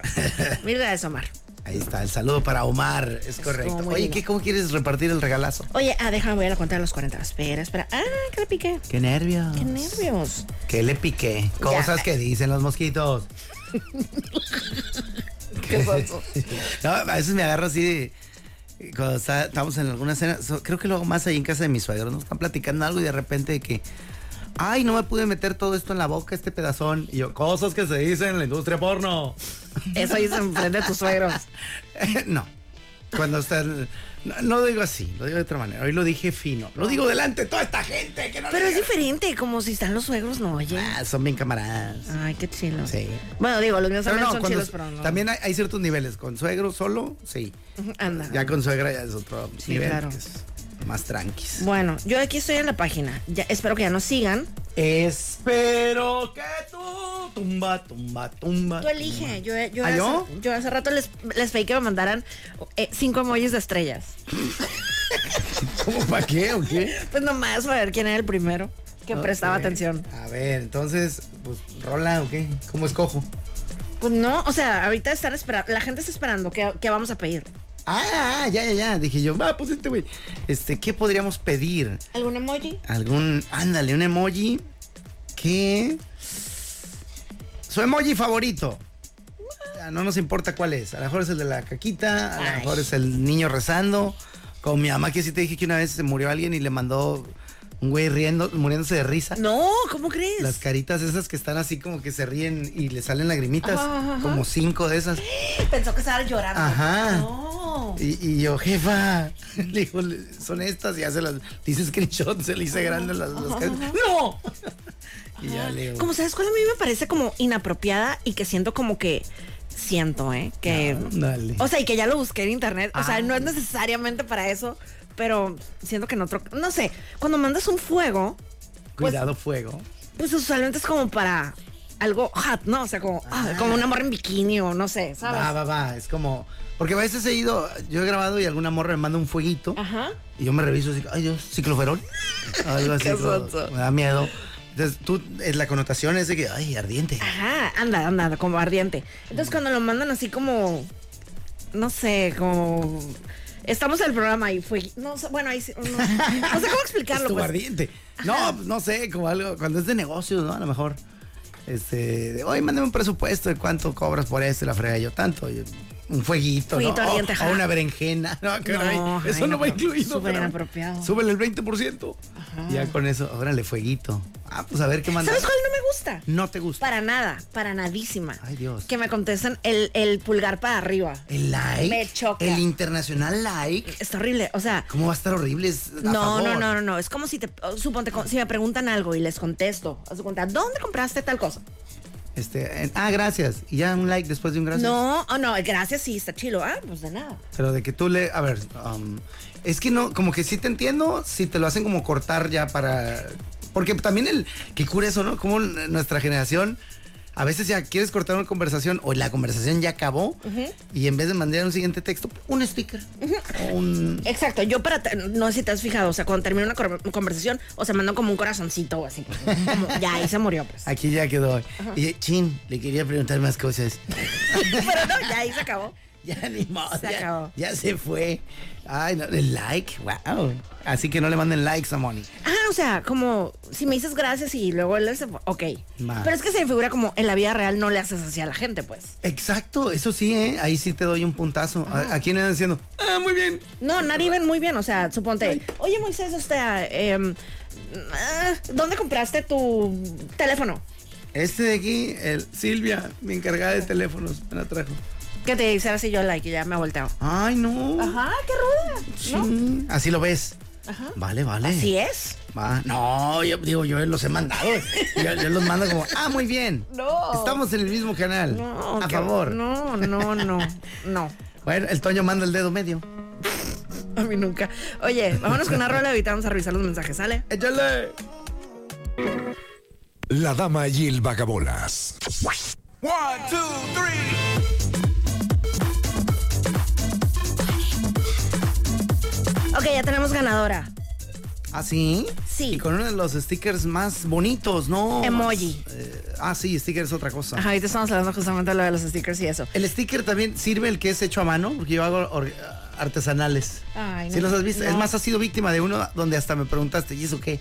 Speaker 1: Mil gracias, Omar.
Speaker 3: Ahí está, el saludo para Omar. Es correcto.
Speaker 1: muy
Speaker 3: Oye,
Speaker 1: lindo.
Speaker 3: ¿qué, ¿cómo quieres repartir el regalazo?
Speaker 1: Oye, ah, déjame, voy a la cuenta de los 40. Espera, espera. Ah, que le piqué.
Speaker 3: Qué nervios.
Speaker 1: Qué nervios.
Speaker 3: Que le piqué. Cosas que dicen los mosquitos.
Speaker 1: ¿Qué pasó?
Speaker 3: No, a veces me agarro así de- cuando está- estamos en alguna cena, so- creo que lo hago más ahí en casa de mis suegros, nos están platicando algo y de repente de que, ay, no me pude meter todo esto en la boca, este pedazón. Y yo, cosas que se dicen en la industria porno.
Speaker 1: Eso hizo enfrente de tus suegros.
Speaker 3: no, cuando están, no, no lo digo así, lo digo de otra manera. Hoy lo dije fino, lo digo delante de toda esta gente que no
Speaker 1: Pero
Speaker 3: le-
Speaker 1: es diferente, como si están los suegros, no oye.
Speaker 3: Ah, son bien camaradas.
Speaker 1: Ay, qué chilo.
Speaker 3: Sí.
Speaker 1: Bueno, digo, los míos
Speaker 3: Pero
Speaker 1: también
Speaker 3: no,
Speaker 1: son
Speaker 3: cuando-
Speaker 1: chilos, pero no.
Speaker 3: también hay, hay ciertos niveles. Con suegro solo, sí.
Speaker 1: Anda.
Speaker 3: Ya con suegra ya es otro
Speaker 1: Sí,
Speaker 3: nivel.
Speaker 1: claro.
Speaker 3: que es Más tranquis.
Speaker 1: Bueno, yo aquí estoy en la página. Ya, espero que ya nos sigan.
Speaker 3: Espero que tú tumba, tumba, tumba.
Speaker 1: Tú elige. Yo, yo,
Speaker 3: ¿Ah,
Speaker 1: hace,
Speaker 3: yo?
Speaker 1: yo hace rato les, les pedí que me mandaran eh, cinco emojis de estrellas.
Speaker 3: ¿Cómo para qué o qué?
Speaker 1: Pues nomás para ver quién era el primero que prestaba
Speaker 3: Ok.
Speaker 1: atención.
Speaker 3: A ver, entonces, pues, rola o qué? ¿Cómo escojo?
Speaker 1: Pues no, o sea, ahorita están esperando, la gente está esperando qué, qué vamos a pedir.
Speaker 3: Ah, ah, ya, ya, ya. Dije yo, va, pues este güey. Este, ¿qué podríamos pedir?
Speaker 1: ¿Algún emoji?
Speaker 3: Algún, ándale, un emoji. ¿Qué? Su emoji favorito. Ya, No nos importa cuál es. A lo mejor es el de la caquita, a lo
Speaker 1: Ay.
Speaker 3: mejor es el niño rezando. Con mi mamá, que sí te dije que una vez se murió alguien y le mandó un güey riendo, muriéndose de risa.
Speaker 1: No, ¿cómo crees?
Speaker 3: Las caritas esas que están así como que se ríen y le salen lagrimitas.
Speaker 1: Ajá, ajá, ajá.
Speaker 3: Como cinco de esas.
Speaker 1: Pensó que estaba llorando.
Speaker 3: Ajá.
Speaker 1: No.
Speaker 3: Y, y yo, jefa, le digo, "le- son estas, y ya se las, le hice screenshot, se le hice grande las, las caritas. ¡No! Y ya le digo,
Speaker 1: Como sabes cuál a mí me parece como inapropiada y que siento como que siento, ¿eh? Que.
Speaker 3: Ándale.
Speaker 1: O sea, y que ya lo busqué en internet. O sea,
Speaker 3: Ah.
Speaker 1: no es necesariamente para eso, pero siento que en otro. No sé, cuando mandas un fuego,
Speaker 3: Cuidado, fuego.
Speaker 1: pues usualmente es como para algo hot, ¿no? O sea, como, ah, como una morra en bikini o no sé, ¿sabes?
Speaker 3: Va, va, va. Es como. Porque a veces he ido, yo he grabado y alguna morra me manda un fueguito.
Speaker 1: Ajá.
Speaker 3: Y yo me reviso así, ay Dios, cicloferol. Algo así.
Speaker 1: Qué
Speaker 3: como,
Speaker 1: sonso.
Speaker 3: me da miedo. Entonces, tú, es la connotación es de que, ay, ardiente.
Speaker 1: Ajá, anda, anda, como ardiente. Entonces cuando lo mandan así como, no sé, como Estamos en el programa y fue. No sé, bueno, ahí sí, no, no sé cómo explicarlo.
Speaker 3: Estuvo
Speaker 1: pues.
Speaker 3: ardiente. No, pues, no sé, como algo, cuando es de negocios, ¿no? A lo mejor. Este, de, oye, mándame un presupuesto de cuánto cobras por esto, y la frega yo tanto. y un fueguito,
Speaker 1: Fueguito
Speaker 3: ¿no? O-
Speaker 1: ardiente, ajá.
Speaker 3: o una berenjena. No, caray,
Speaker 1: No, ay,
Speaker 3: eso no
Speaker 1: no,
Speaker 3: va
Speaker 1: pero
Speaker 3: incluido.
Speaker 1: súper
Speaker 3: pero-
Speaker 1: inapropiado.
Speaker 3: Súbele el 20%. Ya con eso, órale, fueguito. Ah, pues a ver qué mandas.
Speaker 1: ¿Sabes cuál no me gusta?
Speaker 3: No te gusta.
Speaker 1: Para nada, para nadísima.
Speaker 3: Ay, Dios.
Speaker 1: Que me contesten el, el pulgar para arriba.
Speaker 3: El like.
Speaker 1: Me choca.
Speaker 3: El internacional like.
Speaker 1: Está horrible. O sea,
Speaker 3: ¿Cómo va a estar horrible? Es a
Speaker 1: No,
Speaker 3: favor.
Speaker 1: no, no, no, no. Es como si te. oh, Suponte, co- si me preguntan algo y les contesto. Haz de cuenta, ¿dónde compraste tal cosa?
Speaker 3: Este, eh, ah, gracias. Y ya un like después de un gracias.
Speaker 1: No, oh, no, gracias, sí, está chilo. Ah, pues de nada.
Speaker 3: Pero de que tú le. A ver, um, es que no, como que sí te entiendo, si te lo hacen como cortar ya para. Porque también el. Que cura eso, ¿no? Como n- nuestra generación. A veces ya quieres cortar una conversación o la conversación ya acabó y en vez de mandar un siguiente texto, un sticker. o un-
Speaker 1: Exacto, yo para. te- No sé si te has fijado, o sea, cuando termino una cor- conversación, o sea, mando como un corazoncito o así. Como, ya, ahí se murió, pues.
Speaker 3: Aquí ya quedó. Y chin, le quería preguntar más cosas.
Speaker 1: Pero no, ya ahí se acabó.
Speaker 3: Ya ni modo.
Speaker 1: Se
Speaker 3: ya,
Speaker 1: acabó.
Speaker 3: ya se fue. Ay, no, el like, wow. Así que no le manden likes a Moni.
Speaker 1: Ah, o sea, como si me dices gracias y luego él se fue, ok.
Speaker 3: Va.
Speaker 1: Pero es que se me figura como en la vida real no le haces así a la gente, pues.
Speaker 3: Exacto, eso sí, ¿eh? ahí sí te doy un puntazo. ¿A, a quién andan diciendo? Ah, muy bien.
Speaker 1: No, nadie ven muy bien, o sea, suponte, oye Moisés, usted, em, ah, ¿dónde compraste tu teléfono?
Speaker 3: Este de aquí, el Silvia, mi encargada de teléfonos, me la trajo.
Speaker 1: Que te dice así yo like y ya me ha volteado.
Speaker 3: Ay, no.
Speaker 1: Ajá, qué ruda. ¿no?
Speaker 3: Sí, Así lo ves. Vale, vale.
Speaker 1: Así es.
Speaker 3: Va. No, yo digo, yo los he mandado. yo, yo los mando como, ah, muy bien.
Speaker 1: No.
Speaker 3: Estamos en el mismo canal.
Speaker 1: No,
Speaker 3: a
Speaker 1: qué-
Speaker 3: favor.
Speaker 1: No, no, no, no.
Speaker 3: Bueno, el Toño manda el dedo medio.
Speaker 1: A mí nunca. Oye, vámonos con una rola ahorita vamos a revisar los mensajes, ¿sale?
Speaker 3: Échale.
Speaker 6: La dama y el vagabolas.
Speaker 1: Ok, ya tenemos ganadora.
Speaker 3: ¿Ah, sí?
Speaker 1: Sí.
Speaker 3: Y con uno de los stickers más bonitos, ¿no?
Speaker 1: Emoji.
Speaker 3: Eh, ah, sí, sticker es otra cosa.
Speaker 1: Ajá, ahorita estamos hablando justamente de lo de los stickers y eso.
Speaker 3: El sticker también sirve el que es hecho a mano, porque yo hago or- artesanales.
Speaker 1: Ay,
Speaker 3: Si
Speaker 1: no,
Speaker 3: los has visto. Es
Speaker 1: no.
Speaker 3: más, has sido víctima de uno donde hasta me preguntaste, ¿y eso qué?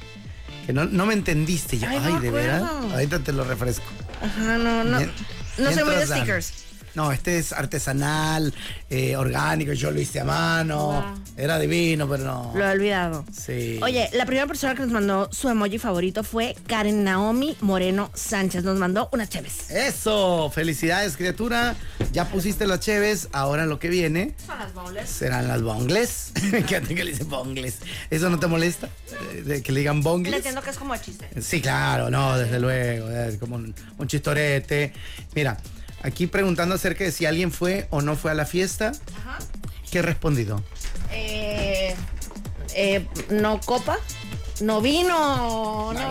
Speaker 3: Que no, no me entendiste. Y Yo, ay,
Speaker 1: Ay, no
Speaker 3: de
Speaker 1: acuerdo.
Speaker 3: veras. Ahorita te lo refresco.
Speaker 1: Ajá, no, no.
Speaker 3: Mien-
Speaker 1: No soy muy de
Speaker 3: mientras dan.
Speaker 1: stickers.
Speaker 3: No, este es artesanal, eh, orgánico, yo lo hice a mano. Era divino, pero no.
Speaker 1: Lo he olvidado.
Speaker 3: Sí.
Speaker 1: Oye, la primera persona que nos mandó su emoji favorito fue Karen Naomi Moreno Sánchez. Nos mandó unas cheves.
Speaker 3: Eso, felicidades criatura. Ya pusiste las cheves, ahora lo que viene
Speaker 1: Son las bowls.
Speaker 3: serán las bongles. que le dicen bongles. ¿Eso no te molesta? Eh, de que le digan bongles.
Speaker 1: que es como chiste.
Speaker 3: Sí, claro, no, desde luego, eh, como un, un chistorete. Mira, aquí preguntando acerca de si alguien fue o no fue a la fiesta, ¿qué he respondido?
Speaker 1: Eh, eh, no copa, no vino, no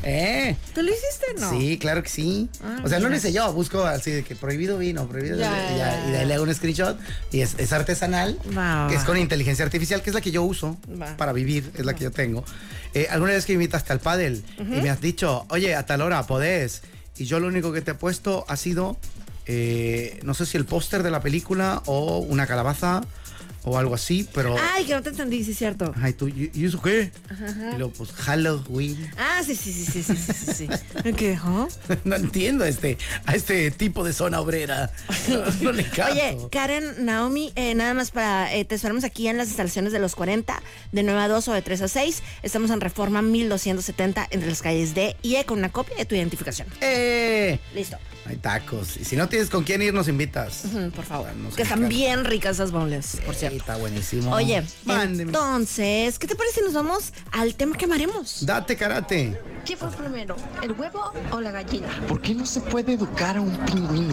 Speaker 1: vino.
Speaker 3: ¿Eh?
Speaker 1: ¿Tú lo hiciste? No.
Speaker 3: Sí, claro que sí.
Speaker 1: Ah,
Speaker 3: o sea, no lo
Speaker 1: mira.
Speaker 3: hice yo, busco así de que prohibido vino, prohibido.
Speaker 1: Ya, ya,
Speaker 3: y, ya- y de ahí le hago un screenshot y es, es artesanal,
Speaker 1: Va,
Speaker 3: que es
Speaker 1: va.
Speaker 3: con inteligencia artificial, que es la que yo uso
Speaker 1: Va.
Speaker 3: para vivir, es la que yo tengo. Eh, alguna vez que me invitaste al pádel y me has dicho, oye, a tal hora podés. Y yo lo único que te he puesto ha sido, eh, no sé si el póster de la película o una calabaza o algo así, pero...
Speaker 1: Ay, que no te entendí, sí es cierto.
Speaker 3: Ay, tú, ¿y y eso qué? Y luego, pues Halloween.
Speaker 1: Ah, sí, sí, sí, sí, sí, sí, sí. sí. ¿Qué? ¿Ah?
Speaker 3: No entiendo a este, a este tipo de zona obrera. No, no le capto.
Speaker 1: Oye, Karen, Naomi, eh, nada más para. eh, te esperamos aquí en las instalaciones de los 40, de 9 a 2 o de 3 a 6. Estamos en Reforma 1270 entre las calles D y E con una copia de tu identificación.
Speaker 3: ¡Eh!
Speaker 1: Listo.
Speaker 3: Hay tacos. Y si no tienes con quién ir, nos invitas.
Speaker 1: Mm, Por favor.
Speaker 3: Ah, no sé
Speaker 1: que están
Speaker 3: explicar.
Speaker 1: bien ricas esas boneless, por
Speaker 3: Sí,
Speaker 1: cierto.
Speaker 3: Está buenísimo.
Speaker 1: Oye,
Speaker 3: Mándeme.
Speaker 1: entonces, ¿qué te parece si nos vamos al tema que amaremos?
Speaker 3: Date karate.
Speaker 7: ¿Qué fue primero, el huevo o la gallina?
Speaker 8: ¿Por qué no se puede educar a un pingüino?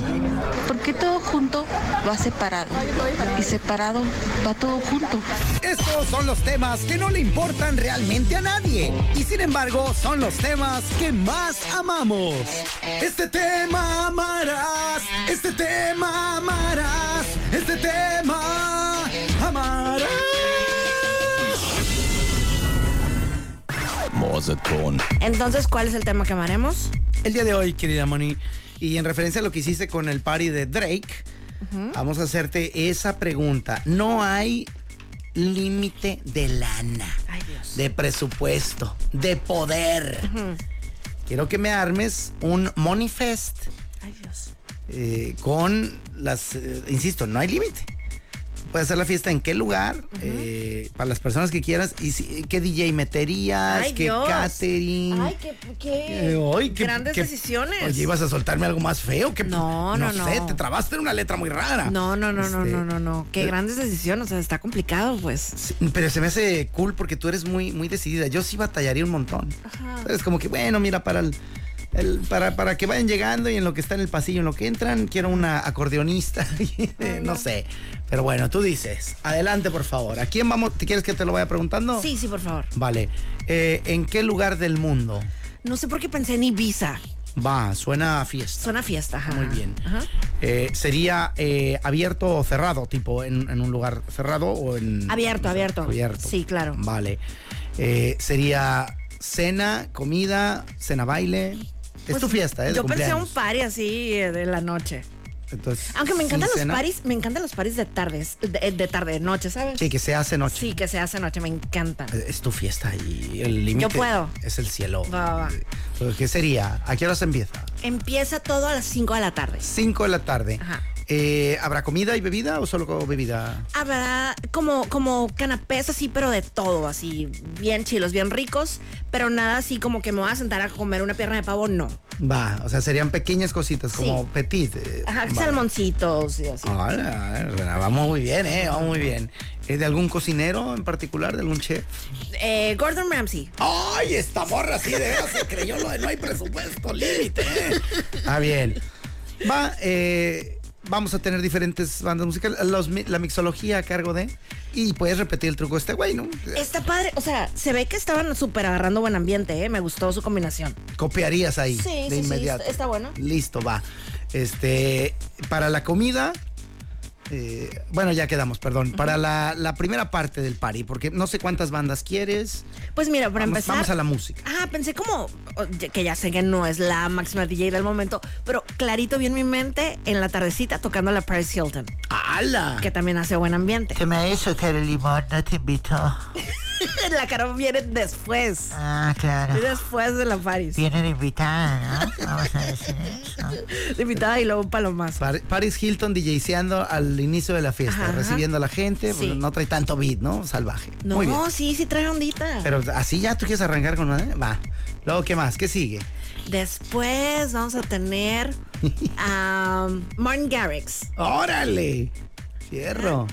Speaker 7: Porque todo junto va separado y separado va todo junto.
Speaker 3: Estos son los temas que no le importan realmente a nadie. Y sin embargo, son los temas que más amamos. Este tema amarás. Este tema amarás. Este tema amarás.
Speaker 9: Mozatón.
Speaker 1: Entonces, ¿cuál es el tema que amaremos?
Speaker 3: El día de hoy, querida Moni, y en referencia a lo que hiciste con el party de Drake, Vamos a hacerte esa pregunta. No hay límite de lana,
Speaker 1: Ay, Dios.
Speaker 3: de presupuesto, de poder. Quiero que me armes un manifest
Speaker 1: Ay, Dios.
Speaker 3: eh, con las, eh, insisto, no hay límite. Puedes hacer la fiesta en qué lugar, eh, para las personas que quieras, y si- qué DJ meterías,
Speaker 1: Ay,
Speaker 3: qué
Speaker 1: Dios.
Speaker 3: catering.
Speaker 1: Ay, qué, qué
Speaker 3: Eh, ay, qué-
Speaker 1: grandes
Speaker 3: qué-
Speaker 1: decisiones.
Speaker 3: Oye, ibas a soltarme algo más feo que
Speaker 1: No, no,
Speaker 3: no sé,
Speaker 1: no.
Speaker 3: te trabaste en una letra muy rara.
Speaker 1: No, no, no, no,
Speaker 3: Este,
Speaker 1: no, no, no. Qué
Speaker 3: pero-
Speaker 1: grandes decisiones. O sea, está complicado, pues.
Speaker 3: Sí, Pero se me hace cool porque tú eres muy, muy decidida. Yo sí batallaría un montón. Es como que, bueno, mira, para el, el- para, para que vayan llegando y en lo que está en el pasillo, en lo que entran, quiero una acordeonista. eh, no sé. Pero bueno, tú dices. Adelante, por favor. ¿A quién vamos? ¿Te quieres que te lo vaya preguntando?
Speaker 1: Sí, sí, por favor.
Speaker 3: Vale. Eh, ¿En qué lugar del mundo?
Speaker 1: No sé por qué pensé en Ibiza.
Speaker 3: Va, suena a fiesta.
Speaker 1: Suena fiesta, ajá.
Speaker 3: Muy bien.
Speaker 1: Ajá.
Speaker 3: Eh, ¿Sería eh, abierto o cerrado? Tipo, en, en un lugar cerrado o en.
Speaker 1: Abierto, abierto.
Speaker 3: Abierto.
Speaker 1: Sí, claro.
Speaker 3: Vale. Eh, sería cena, comida, cena, baile. es
Speaker 1: Pues,
Speaker 3: tu fiesta, ¿eh? de
Speaker 1: Yo pensé un
Speaker 3: cumpleaños.
Speaker 1: party así eh, de la noche.
Speaker 3: Entonces,
Speaker 1: Aunque me
Speaker 3: sí,
Speaker 1: encantan los
Speaker 3: cena.
Speaker 1: paris, me encantan los paris de tardes, de, de tarde, noche, ¿sabes?
Speaker 3: Sí, que se hace noche.
Speaker 1: Sí, que se hace noche, me encanta.
Speaker 3: Eh, Es tu fiesta y el límite.
Speaker 1: puedo.
Speaker 3: Es el cielo.
Speaker 1: Va, va, va.
Speaker 3: Entonces, ¿Qué sería? ¿A qué hora se empieza?
Speaker 1: Empieza todo a las 5 de la tarde.
Speaker 3: 5 de la tarde.
Speaker 1: Ajá.
Speaker 3: Eh, ¿Habrá comida y bebida o solo con bebida?
Speaker 1: Habrá como, como canapés así, pero de todo, así, bien chilos, bien ricos, pero nada así como que me voy a sentar a comer una pierna de pavo, no.
Speaker 3: Va, o sea, serían pequeñas cositas, como
Speaker 1: Sí.
Speaker 3: petit. eh,
Speaker 1: Ajá,
Speaker 3: vale.
Speaker 1: salmoncitos y así.
Speaker 3: Ahora, eh, vamos muy bien, ¿eh? Vamos muy bien. ¿Es de algún cocinero en particular, de algún chef?
Speaker 1: Eh, Gordon Ramsay.
Speaker 3: ¡Ay, esta morra sí de veras se creyó lo de no hay presupuesto límite! Ah, bien. Va, eh, vamos a tener diferentes bandas musicales. Los mi- la mixología a cargo de... Y puedes repetir el truco de este güey, ¿no?
Speaker 1: Está padre, o sea, se ve que estaban súper agarrando buen ambiente, ¿eh? me gustó su combinación.
Speaker 3: Copiarías ahí
Speaker 1: Sí, sí,
Speaker 3: de
Speaker 1: sí,
Speaker 3: inmediato.
Speaker 1: está- está bueno.
Speaker 3: Listo, va. Este, para la comida... eh, bueno, ya quedamos, perdón. Para la, la primera parte del party, porque no sé cuántas bandas quieres.
Speaker 1: Pues mira, para
Speaker 3: Vamos-
Speaker 1: empezar.
Speaker 3: vamos a la música.
Speaker 1: Ah, pensé como o- ya- que ya sé que no es la máxima DJ del momento, pero clarito vi en mi mente en la tardecita tocando la Paris Hilton,
Speaker 3: ¡Hala!
Speaker 1: que también hace buen ambiente.
Speaker 2: Se me hizo que el limón no te invitó.
Speaker 1: la cara viene después.
Speaker 2: Ah, claro.
Speaker 1: Después de la Paris.
Speaker 2: Vienen invitada, ¿no? Vamos a decir eso.
Speaker 1: De invitada y luego un palomazo.
Speaker 3: Par- Paris Hilton DJceando al inicio de la fiesta,
Speaker 1: Ajá.
Speaker 3: recibiendo a la gente,
Speaker 1: Sí.
Speaker 3: pues, no trae tanto beat, ¿no? Salvaje. Muy bien.
Speaker 1: No, sí, sí trae ondita.
Speaker 3: Pero así ya tú quieres arrancar con una, ¿eh? va. Luego, ¿qué más? ¿Qué sigue?
Speaker 1: Después vamos a tener a um, Martin Garrix.
Speaker 3: ¡Órale! Cierro.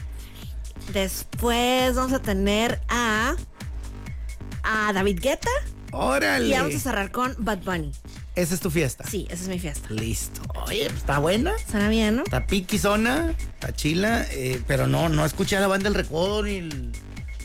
Speaker 1: Después vamos a tener a a David Guetta
Speaker 3: ¡Órale!
Speaker 1: y vamos a cerrar con Bad Bunny.
Speaker 3: Esa es tu fiesta.
Speaker 1: Sí, esa es mi fiesta.
Speaker 3: Listo. Oye, pues, está buena.
Speaker 1: Suena bien, ¿no?
Speaker 3: Está piquizona, está chila, eh, pero no, no escuché a la banda El Recodo ni, el-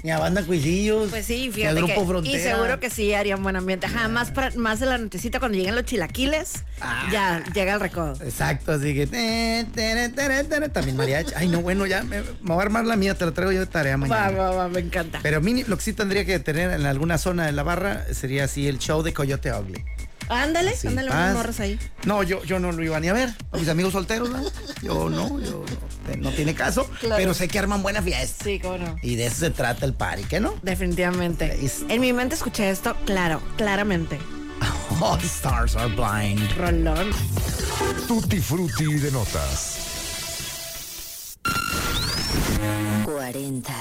Speaker 3: ni a banda Cuisillos.
Speaker 1: Pues sí,
Speaker 3: ni al
Speaker 1: fíjate
Speaker 3: Grupo
Speaker 1: que
Speaker 3: Frontera.
Speaker 1: y seguro que sí harían buen ambiente. Ajá, más para- más de la nochecita cuando lleguen los chilaquiles,
Speaker 3: Ah.
Speaker 1: ya llega el recodo.
Speaker 3: Exacto, así que. te, tere, tere, tere, también mariachi. Ay, no, bueno, ya me, me voy a armar la mía, te la traigo yo de tarea
Speaker 1: Va,
Speaker 3: mañana.
Speaker 1: va, va, me encanta.
Speaker 3: Pero mini, lo que sí tendría que tener en alguna zona de la barra sería así el show de Coyote Ugly.
Speaker 1: Ándale,
Speaker 3: Sí,
Speaker 1: ándale
Speaker 3: paz.
Speaker 1: unos morros ahí.
Speaker 3: No, yo, yo no lo iba ni a ver. A mis amigos solteros, ¿no? Yo no, yo no, no tiene caso.
Speaker 1: Claro.
Speaker 3: Pero sé que arman buena fiesta.
Speaker 1: Sí, cómo no.
Speaker 3: Y de eso se trata el party, ¿qué no?
Speaker 1: Definitivamente.
Speaker 3: Es-
Speaker 1: En mi mente escuché esto, claro, claramente.
Speaker 3: All stars are blind.
Speaker 1: Rolón.
Speaker 6: Tutti frutti de notas.
Speaker 10: 40.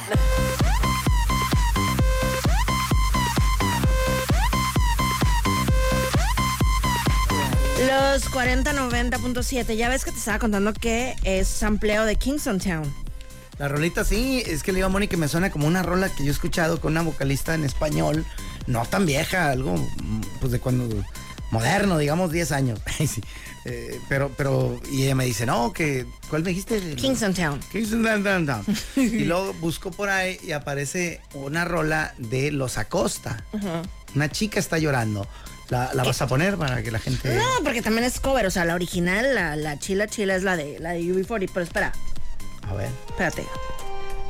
Speaker 1: Los 4090.7. Ya ves que te estaba contando que es sampleo de Kingston Town.
Speaker 3: La rolita sí, es que le digo a Moni que me suena como una rola que yo he escuchado con una vocalista en español, no tan vieja, algo mm, pues de cuando moderno, digamos 10 años. Ay, sí. Eh, pero, pero, y ella me dice, no, que, ¿cuál me dijiste?
Speaker 1: Kingston Town.
Speaker 3: Kingston Down, Down, Down. Y luego busco por ahí y aparece una rola de Los Acosta. Una chica está llorando. La, la vas a poner para que la gente...
Speaker 1: No, porque también es cover, o sea, la original, la, la chila chila es la de la de UB40, pero espera,
Speaker 3: A ver.
Speaker 1: espérate.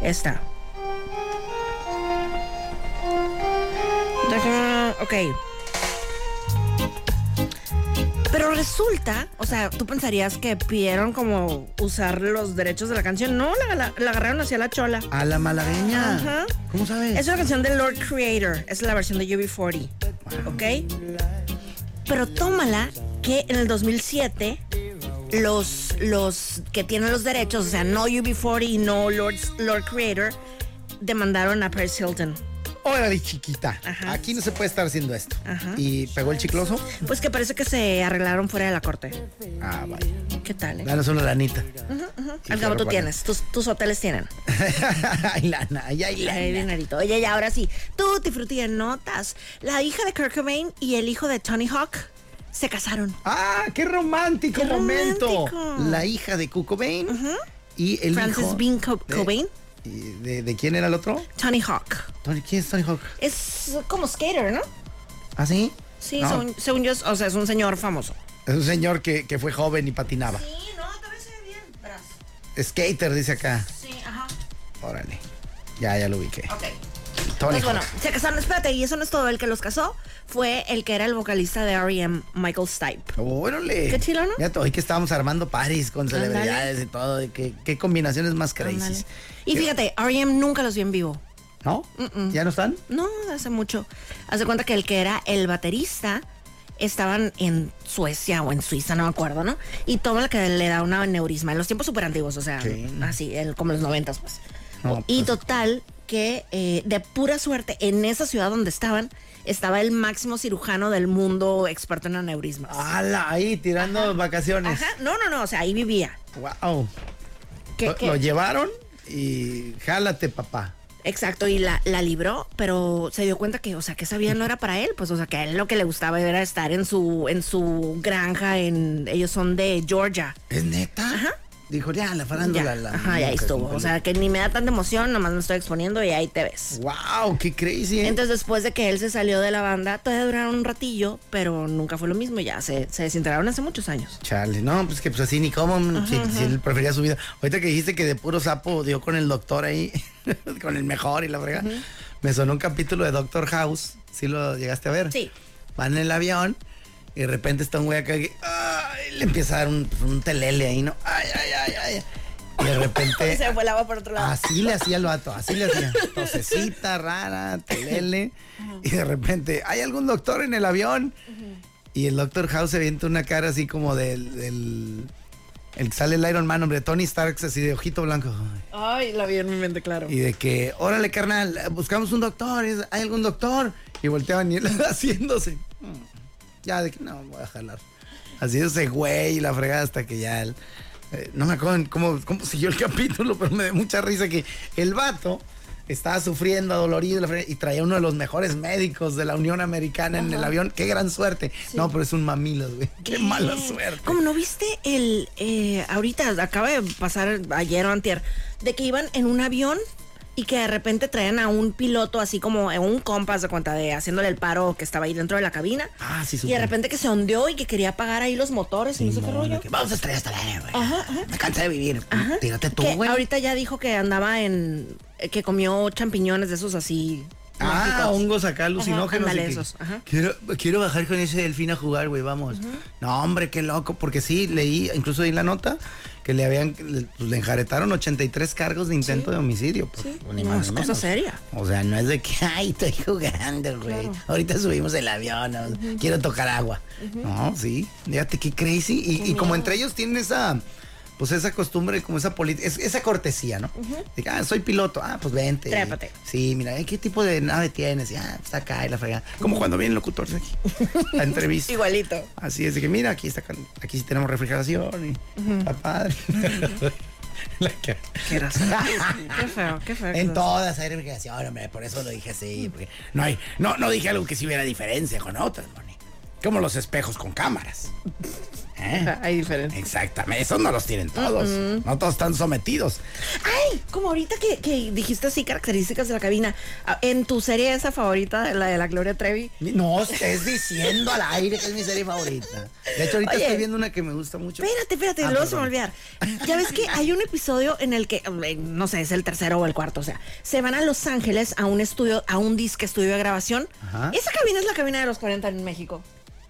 Speaker 1: Esta. Déjame- Ok. Pero Pero resulta, o sea, tú pensarías que pidieron como usar los derechos de la canción. No, la, la- la agarraron hacia la chola.
Speaker 3: A la malagueña.
Speaker 1: Ajá.
Speaker 3: ¿Cómo sabes?
Speaker 1: Es una canción de Lord Creator. Es la versión de UB40. ¿Ok? Pero tómala que en el 2007 los, los que tienen los derechos, o sea, no UB40 y no Lord, Lord Creator, demandaron a Paris Hilton.
Speaker 3: Órale, chiquita. Aquí no se puede estar haciendo esto.
Speaker 1: Ajá.
Speaker 3: ¿Y pegó el chicloso?
Speaker 1: Pues que parece que se arreglaron fuera de la corte.
Speaker 3: Ah, vaya.
Speaker 1: ¿Qué tal? eh?
Speaker 3: Danos una lanita.
Speaker 1: Ujú, ujú.
Speaker 3: Sí,
Speaker 1: Al cabo
Speaker 3: claro,
Speaker 1: tú
Speaker 3: vale.
Speaker 1: tienes, tus, tus hoteles tienen.
Speaker 3: ay, lana, ay, ay, lana.
Speaker 1: Ay, dinerito. Oye, y ahora sí, tú Frutti de notas. La hija de Kirk Cobain y el hijo de Tony Hawk se casaron.
Speaker 3: ¡Ah, qué romántico
Speaker 1: Qué
Speaker 3: momento!
Speaker 1: romántico.
Speaker 3: La hija de Cuco Bain y el
Speaker 1: Francis
Speaker 3: hijo
Speaker 1: Bean Co-
Speaker 3: de-
Speaker 1: Cobain,
Speaker 3: y de, de quién era el otro?
Speaker 1: Tony Hawk.
Speaker 3: Tony- ¿Quién es Tony Hawk?
Speaker 1: Es como skater, ¿no?
Speaker 3: ¿Ah, sí?
Speaker 1: Sí,
Speaker 3: No.
Speaker 1: según, según yo, es- o sea, es un señor famoso.
Speaker 3: Es un señor que, que fue joven y patinaba.
Speaker 1: Sí, no, todavía se ve bien. Verás.
Speaker 3: Skater, dice acá.
Speaker 1: Sí, ajá.
Speaker 3: Órale. Ya, ya lo ubiqué.
Speaker 1: Ok.
Speaker 3: Tony
Speaker 1: Pues bueno,
Speaker 3: Hawk.
Speaker 1: se casaron, espérate, y eso no es todo. El que los casó fue el que era el vocalista de R.E.M., Michael Stipe.
Speaker 3: Órale.
Speaker 1: Qué chilo, ¿no?
Speaker 3: Ya t- hoy que estábamos armando paris con
Speaker 1: Ándale.
Speaker 3: celebridades y todo. de Qué, qué combinaciones más crazy.
Speaker 1: Ándale. Y fíjate, R.E.M. nunca los vi en vivo.
Speaker 3: ¿No? ¿Ya no están?
Speaker 1: No, hace mucho. Hace cuenta que el que era el baterista estaban en Suecia o en Suiza, no me acuerdo, ¿no? Y toma la que le da un aneurisma en los tiempos súper antiguos, o sea,
Speaker 3: Sí.
Speaker 1: así, el- como los noventas, pues.
Speaker 3: No,
Speaker 1: Y
Speaker 3: pues-
Speaker 1: total, que eh, de pura suerte, en esa ciudad donde estaban, estaba el máximo cirujano del mundo experto en aneurismas.
Speaker 3: ¡Hala! Ahí tirando vacaciones.
Speaker 1: Ajá, no, no, no, o sea, ahí vivía.
Speaker 3: ¡Wow!
Speaker 1: ¿Qué-
Speaker 3: lo,
Speaker 1: qué?
Speaker 3: lo llevaron y jálate, papá.
Speaker 1: Exacto, y la, la libró, pero se dio cuenta que, o sea, que esa vida no era para él, pues, o sea, que a él lo que le gustaba era estar en su, en su granja, en, ellos son de Georgia.
Speaker 3: ¿Es neta? Ajá. Dijo, ya, la farándula.
Speaker 1: Ya,
Speaker 3: la
Speaker 1: ajá, y ahí estuvo, o sea, que ni me da tanta emoción, nomás me estoy exponiendo y ahí te ves.
Speaker 3: ¡Wow! ¡Qué crazy! ¿eh?
Speaker 1: Entonces, después de que él se salió de la banda, todavía duraron un ratillo, pero nunca fue lo mismo, ya se, se desintegraron hace muchos años.
Speaker 3: Chale, no, pues que pues así ni cómo, si, si él prefería su vida. Ahorita que dijiste que de puro sapo dio con el doctor ahí, con el mejor y la fregada, me sonó un capítulo de Doctor House, si lo llegaste a ver.
Speaker 1: Sí.
Speaker 3: Van en el avión y de repente está un güey acá que ¡ay! le empieza a dar un, un telele ahí, ¿no? Ay, ay, ay, ay. Y de repente...
Speaker 1: Se fue el agua por otro lado.
Speaker 3: Así le hacía el vato, así le hacía. Tosecita, rara, telele. Y de repente, ¿hay algún doctor en el avión? Y el doctor House se avienta una cara así como del. del- el que sale el Iron Man, hombre, Tony Stark, así de ojito blanco.
Speaker 1: Ay, la vi en mi mente, claro.
Speaker 3: Y de que, órale, carnal, buscamos un doctor, es- ¿hay algún doctor? Y volteaban y él haciéndose. "Mm, Ya, de que no, voy a jalar. Así ese güey y la fregada hasta que ya el- eh, no me acuerdo en cómo, cómo siguió el capítulo, pero me dio mucha risa que el vato estaba sufriendo, adolorido la fregada, y traía uno de los mejores médicos de la Unión Americana en el avión. ¡Qué gran suerte! No, pero es un mamilos, güey. ¡Qué mala suerte!
Speaker 1: Como no viste el. eh, ahorita acaba de pasar ayer o antier, de que iban en un avión y que de repente traían a un piloto así como en un compás de cuenta de haciéndole el paro que estaba ahí dentro de la cabina.
Speaker 3: Ah, sí,
Speaker 1: Y
Speaker 3: supe.
Speaker 1: de repente que se ondeó y que quería apagar ahí los motores y no sé qué rollo.
Speaker 3: Que Vamos a estrellar hasta la arena, güey. Me cansé de vivir. Tírate tú,
Speaker 1: Que
Speaker 3: güey.
Speaker 1: ahorita ya dijo que andaba en. eh, que comió champiñones de esos así.
Speaker 3: Ah,
Speaker 1: mágicos.
Speaker 3: hongos acá
Speaker 1: Ajá,
Speaker 3: alucinógenos. y
Speaker 1: ándale,
Speaker 3: que-
Speaker 1: esos, ajá.
Speaker 3: Quiero, quiero bajar con ese delfín a jugar, güey, vamos. No, hombre, qué loco, porque sí, leí, incluso di la nota, que le habían, le, pues, le enjaretaron 83 cargos de intento de homicidio. Pues, ni
Speaker 1: No,
Speaker 3: más
Speaker 1: es
Speaker 3: ni
Speaker 1: cosa
Speaker 3: menos.
Speaker 1: seria.
Speaker 3: O sea, no es de que, ay, estoy jugando, güey. Ahorita subimos el avión, o sea, quiero tocar agua. No, sí, fíjate qué crazy. Y, y como entre ellos tienen esa... Pues esa costumbre, como esa política, esa cortesía, ¿no? De que, ah, soy piloto, ah, pues vente.
Speaker 1: Trépate.
Speaker 3: Sí, mira, ¿eh? ¿qué tipo de nave tienes? Y, ah, está acá y la fregada. Como cuando vienen locutores aquí. La entrevista.
Speaker 1: Igualito.
Speaker 3: Así es, de que mira, aquí está, can- aquí sí tenemos refrigeración y está padre. La cara.
Speaker 1: Qué raza. qué feo, qué feo.
Speaker 3: En todas hay refrigeración, hombre, por eso lo dije así. porque no, hay, no, no dije algo que sí hubiera diferencia con otras, Moni. Como los espejos con cámaras. ¿Eh?
Speaker 1: Hay diferencia.
Speaker 3: Exactamente, esos no los tienen todos. No todos están sometidos.
Speaker 1: ¡Ay! Como ahorita que, que dijiste así características de la cabina. ah, En tu serie esa favorita, la de la Gloria Trevi.
Speaker 3: No estés diciendo al aire que es mi serie favorita. De hecho, ahorita
Speaker 1: Oye.
Speaker 3: estoy viendo una que me gusta mucho.
Speaker 1: Espérate, espérate,
Speaker 3: Ah,
Speaker 1: luego se me
Speaker 3: perdón.
Speaker 1: olvidar. Ya ves que hay un episodio en el que, eh, no sé, es el tercero o el cuarto, o sea, se van a Los Ángeles a un estudio, a un disque estudio de grabación.
Speaker 3: Ajá.
Speaker 1: Esa cabina es la cabina de los 40 en México.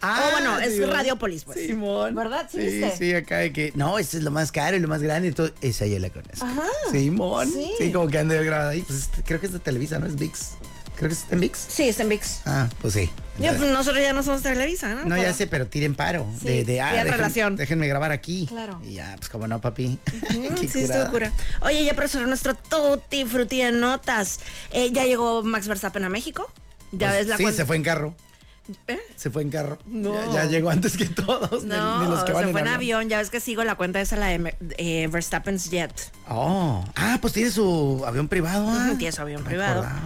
Speaker 1: Ah, bueno, es
Speaker 3: Dios.
Speaker 1: Radiopolis, pues.
Speaker 3: Simón.
Speaker 1: ¿Verdad? Sí,
Speaker 3: Sí,
Speaker 1: viste.
Speaker 3: sí, acá de que. No, este es lo más caro y lo más grande. Entonces, esa yo la conozco.
Speaker 1: Ajá.
Speaker 3: Simón.
Speaker 1: Sí.
Speaker 3: Sí. como que ando yo grabada ahí. Pues este- creo que es de Televisa, ¿no? Es VIX. Creo que es en VIX.
Speaker 1: Sí, está en VIX.
Speaker 3: Ah, pues sí.
Speaker 1: Ya, pues, nosotros ya no somos Televisa, ¿no?
Speaker 3: No, ya
Speaker 1: Pero-
Speaker 3: sé, pero tiren paro.
Speaker 1: Sí,
Speaker 3: de, de,
Speaker 1: tiren
Speaker 3: dejen-
Speaker 1: relación.
Speaker 3: Déjenme grabar aquí.
Speaker 1: Claro.
Speaker 3: Y ya, pues como no, papi.
Speaker 1: Mm,
Speaker 3: Qué
Speaker 1: sí,
Speaker 3: curada.
Speaker 1: estuvo cura. Oye, ya para cerrar nuestro tutti frutti de notas, eh, ya llegó Max Verstappen a México. Ya
Speaker 3: Pues,
Speaker 1: ves la
Speaker 3: Sí,
Speaker 1: cuenta.
Speaker 3: se fue en carro.
Speaker 1: ¿Eh?
Speaker 3: Se fue en carro.
Speaker 1: No.
Speaker 3: Ya, ya llegó antes que todos. de-
Speaker 1: No,
Speaker 3: de los que van
Speaker 1: se
Speaker 3: en
Speaker 1: fue en
Speaker 3: avión.
Speaker 1: avión. Ya ves que sigo la cuenta esa, la de Me- eh, Verstappen's Jet.
Speaker 3: Oh, ah, pues tiene su avión privado. ah.
Speaker 1: Ujú, Tiene su avión
Speaker 3: No me
Speaker 1: privado.
Speaker 3: acordaba.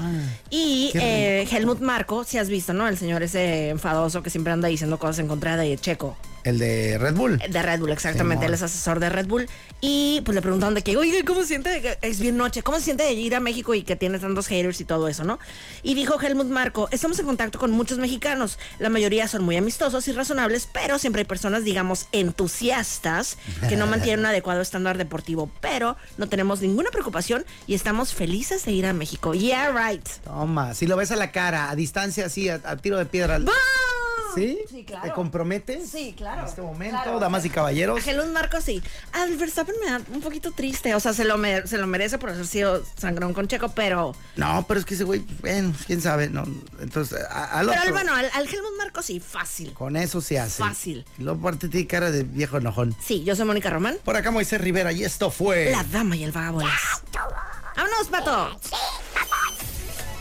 Speaker 1: Y
Speaker 3: Qué
Speaker 1: eh, Helmut Marco, si has visto, ¿no? El señor ese enfadoso que siempre anda diciendo cosas en contra de Checo.
Speaker 3: El de Red Bull.
Speaker 1: De Red Bull, exactamente. Él
Speaker 3: Simón.
Speaker 1: es asesor de Red Bull. Y pues le preguntaron de que, oye, ¿cómo se siente? de que- Es bien noche. ¿Cómo se siente de ir a México y que tiene tantos haters y todo eso, no? Y dijo Helmut Marco, estamos en contacto con muchos mexicanos. La mayoría son muy amistosos y razonables, pero siempre hay personas, digamos, entusiastas que no mantienen un adecuado estándar deportivo. Pero no tenemos ninguna preocupación y estamos felices de ir a México. Yeah, right.
Speaker 3: Toma, si lo ves a la cara, a distancia así, a, a tiro de piedra.
Speaker 1: ¡Bum!
Speaker 3: ¿Sí? Eh,
Speaker 1: Sí, claro.
Speaker 3: ¿Te comprometes?
Speaker 1: Sí, claro.
Speaker 3: En este momento,
Speaker 1: Claro.
Speaker 3: damas y caballeros.
Speaker 1: A Helmut Marco sí. Al Verstappen me da un poquito triste. O sea, se lo, mer- se lo merece por haber sido sangrón con Checo, pero.
Speaker 3: No, pero es que ese güey, bueno, quién sabe, no. Entonces, a- al
Speaker 1: Pero al,
Speaker 3: otro,
Speaker 1: bueno, al, al Helmut Marco sí, fácil.
Speaker 3: Con eso se hace.
Speaker 1: Fácil.
Speaker 3: Y luego aparte tiene cara de viejo enojón.
Speaker 1: Sí, yo soy Mónica Román,
Speaker 3: Por acá Moisés Rivera y esto fue.
Speaker 1: la dama y el vagabundo. ¡Vámonos, pato!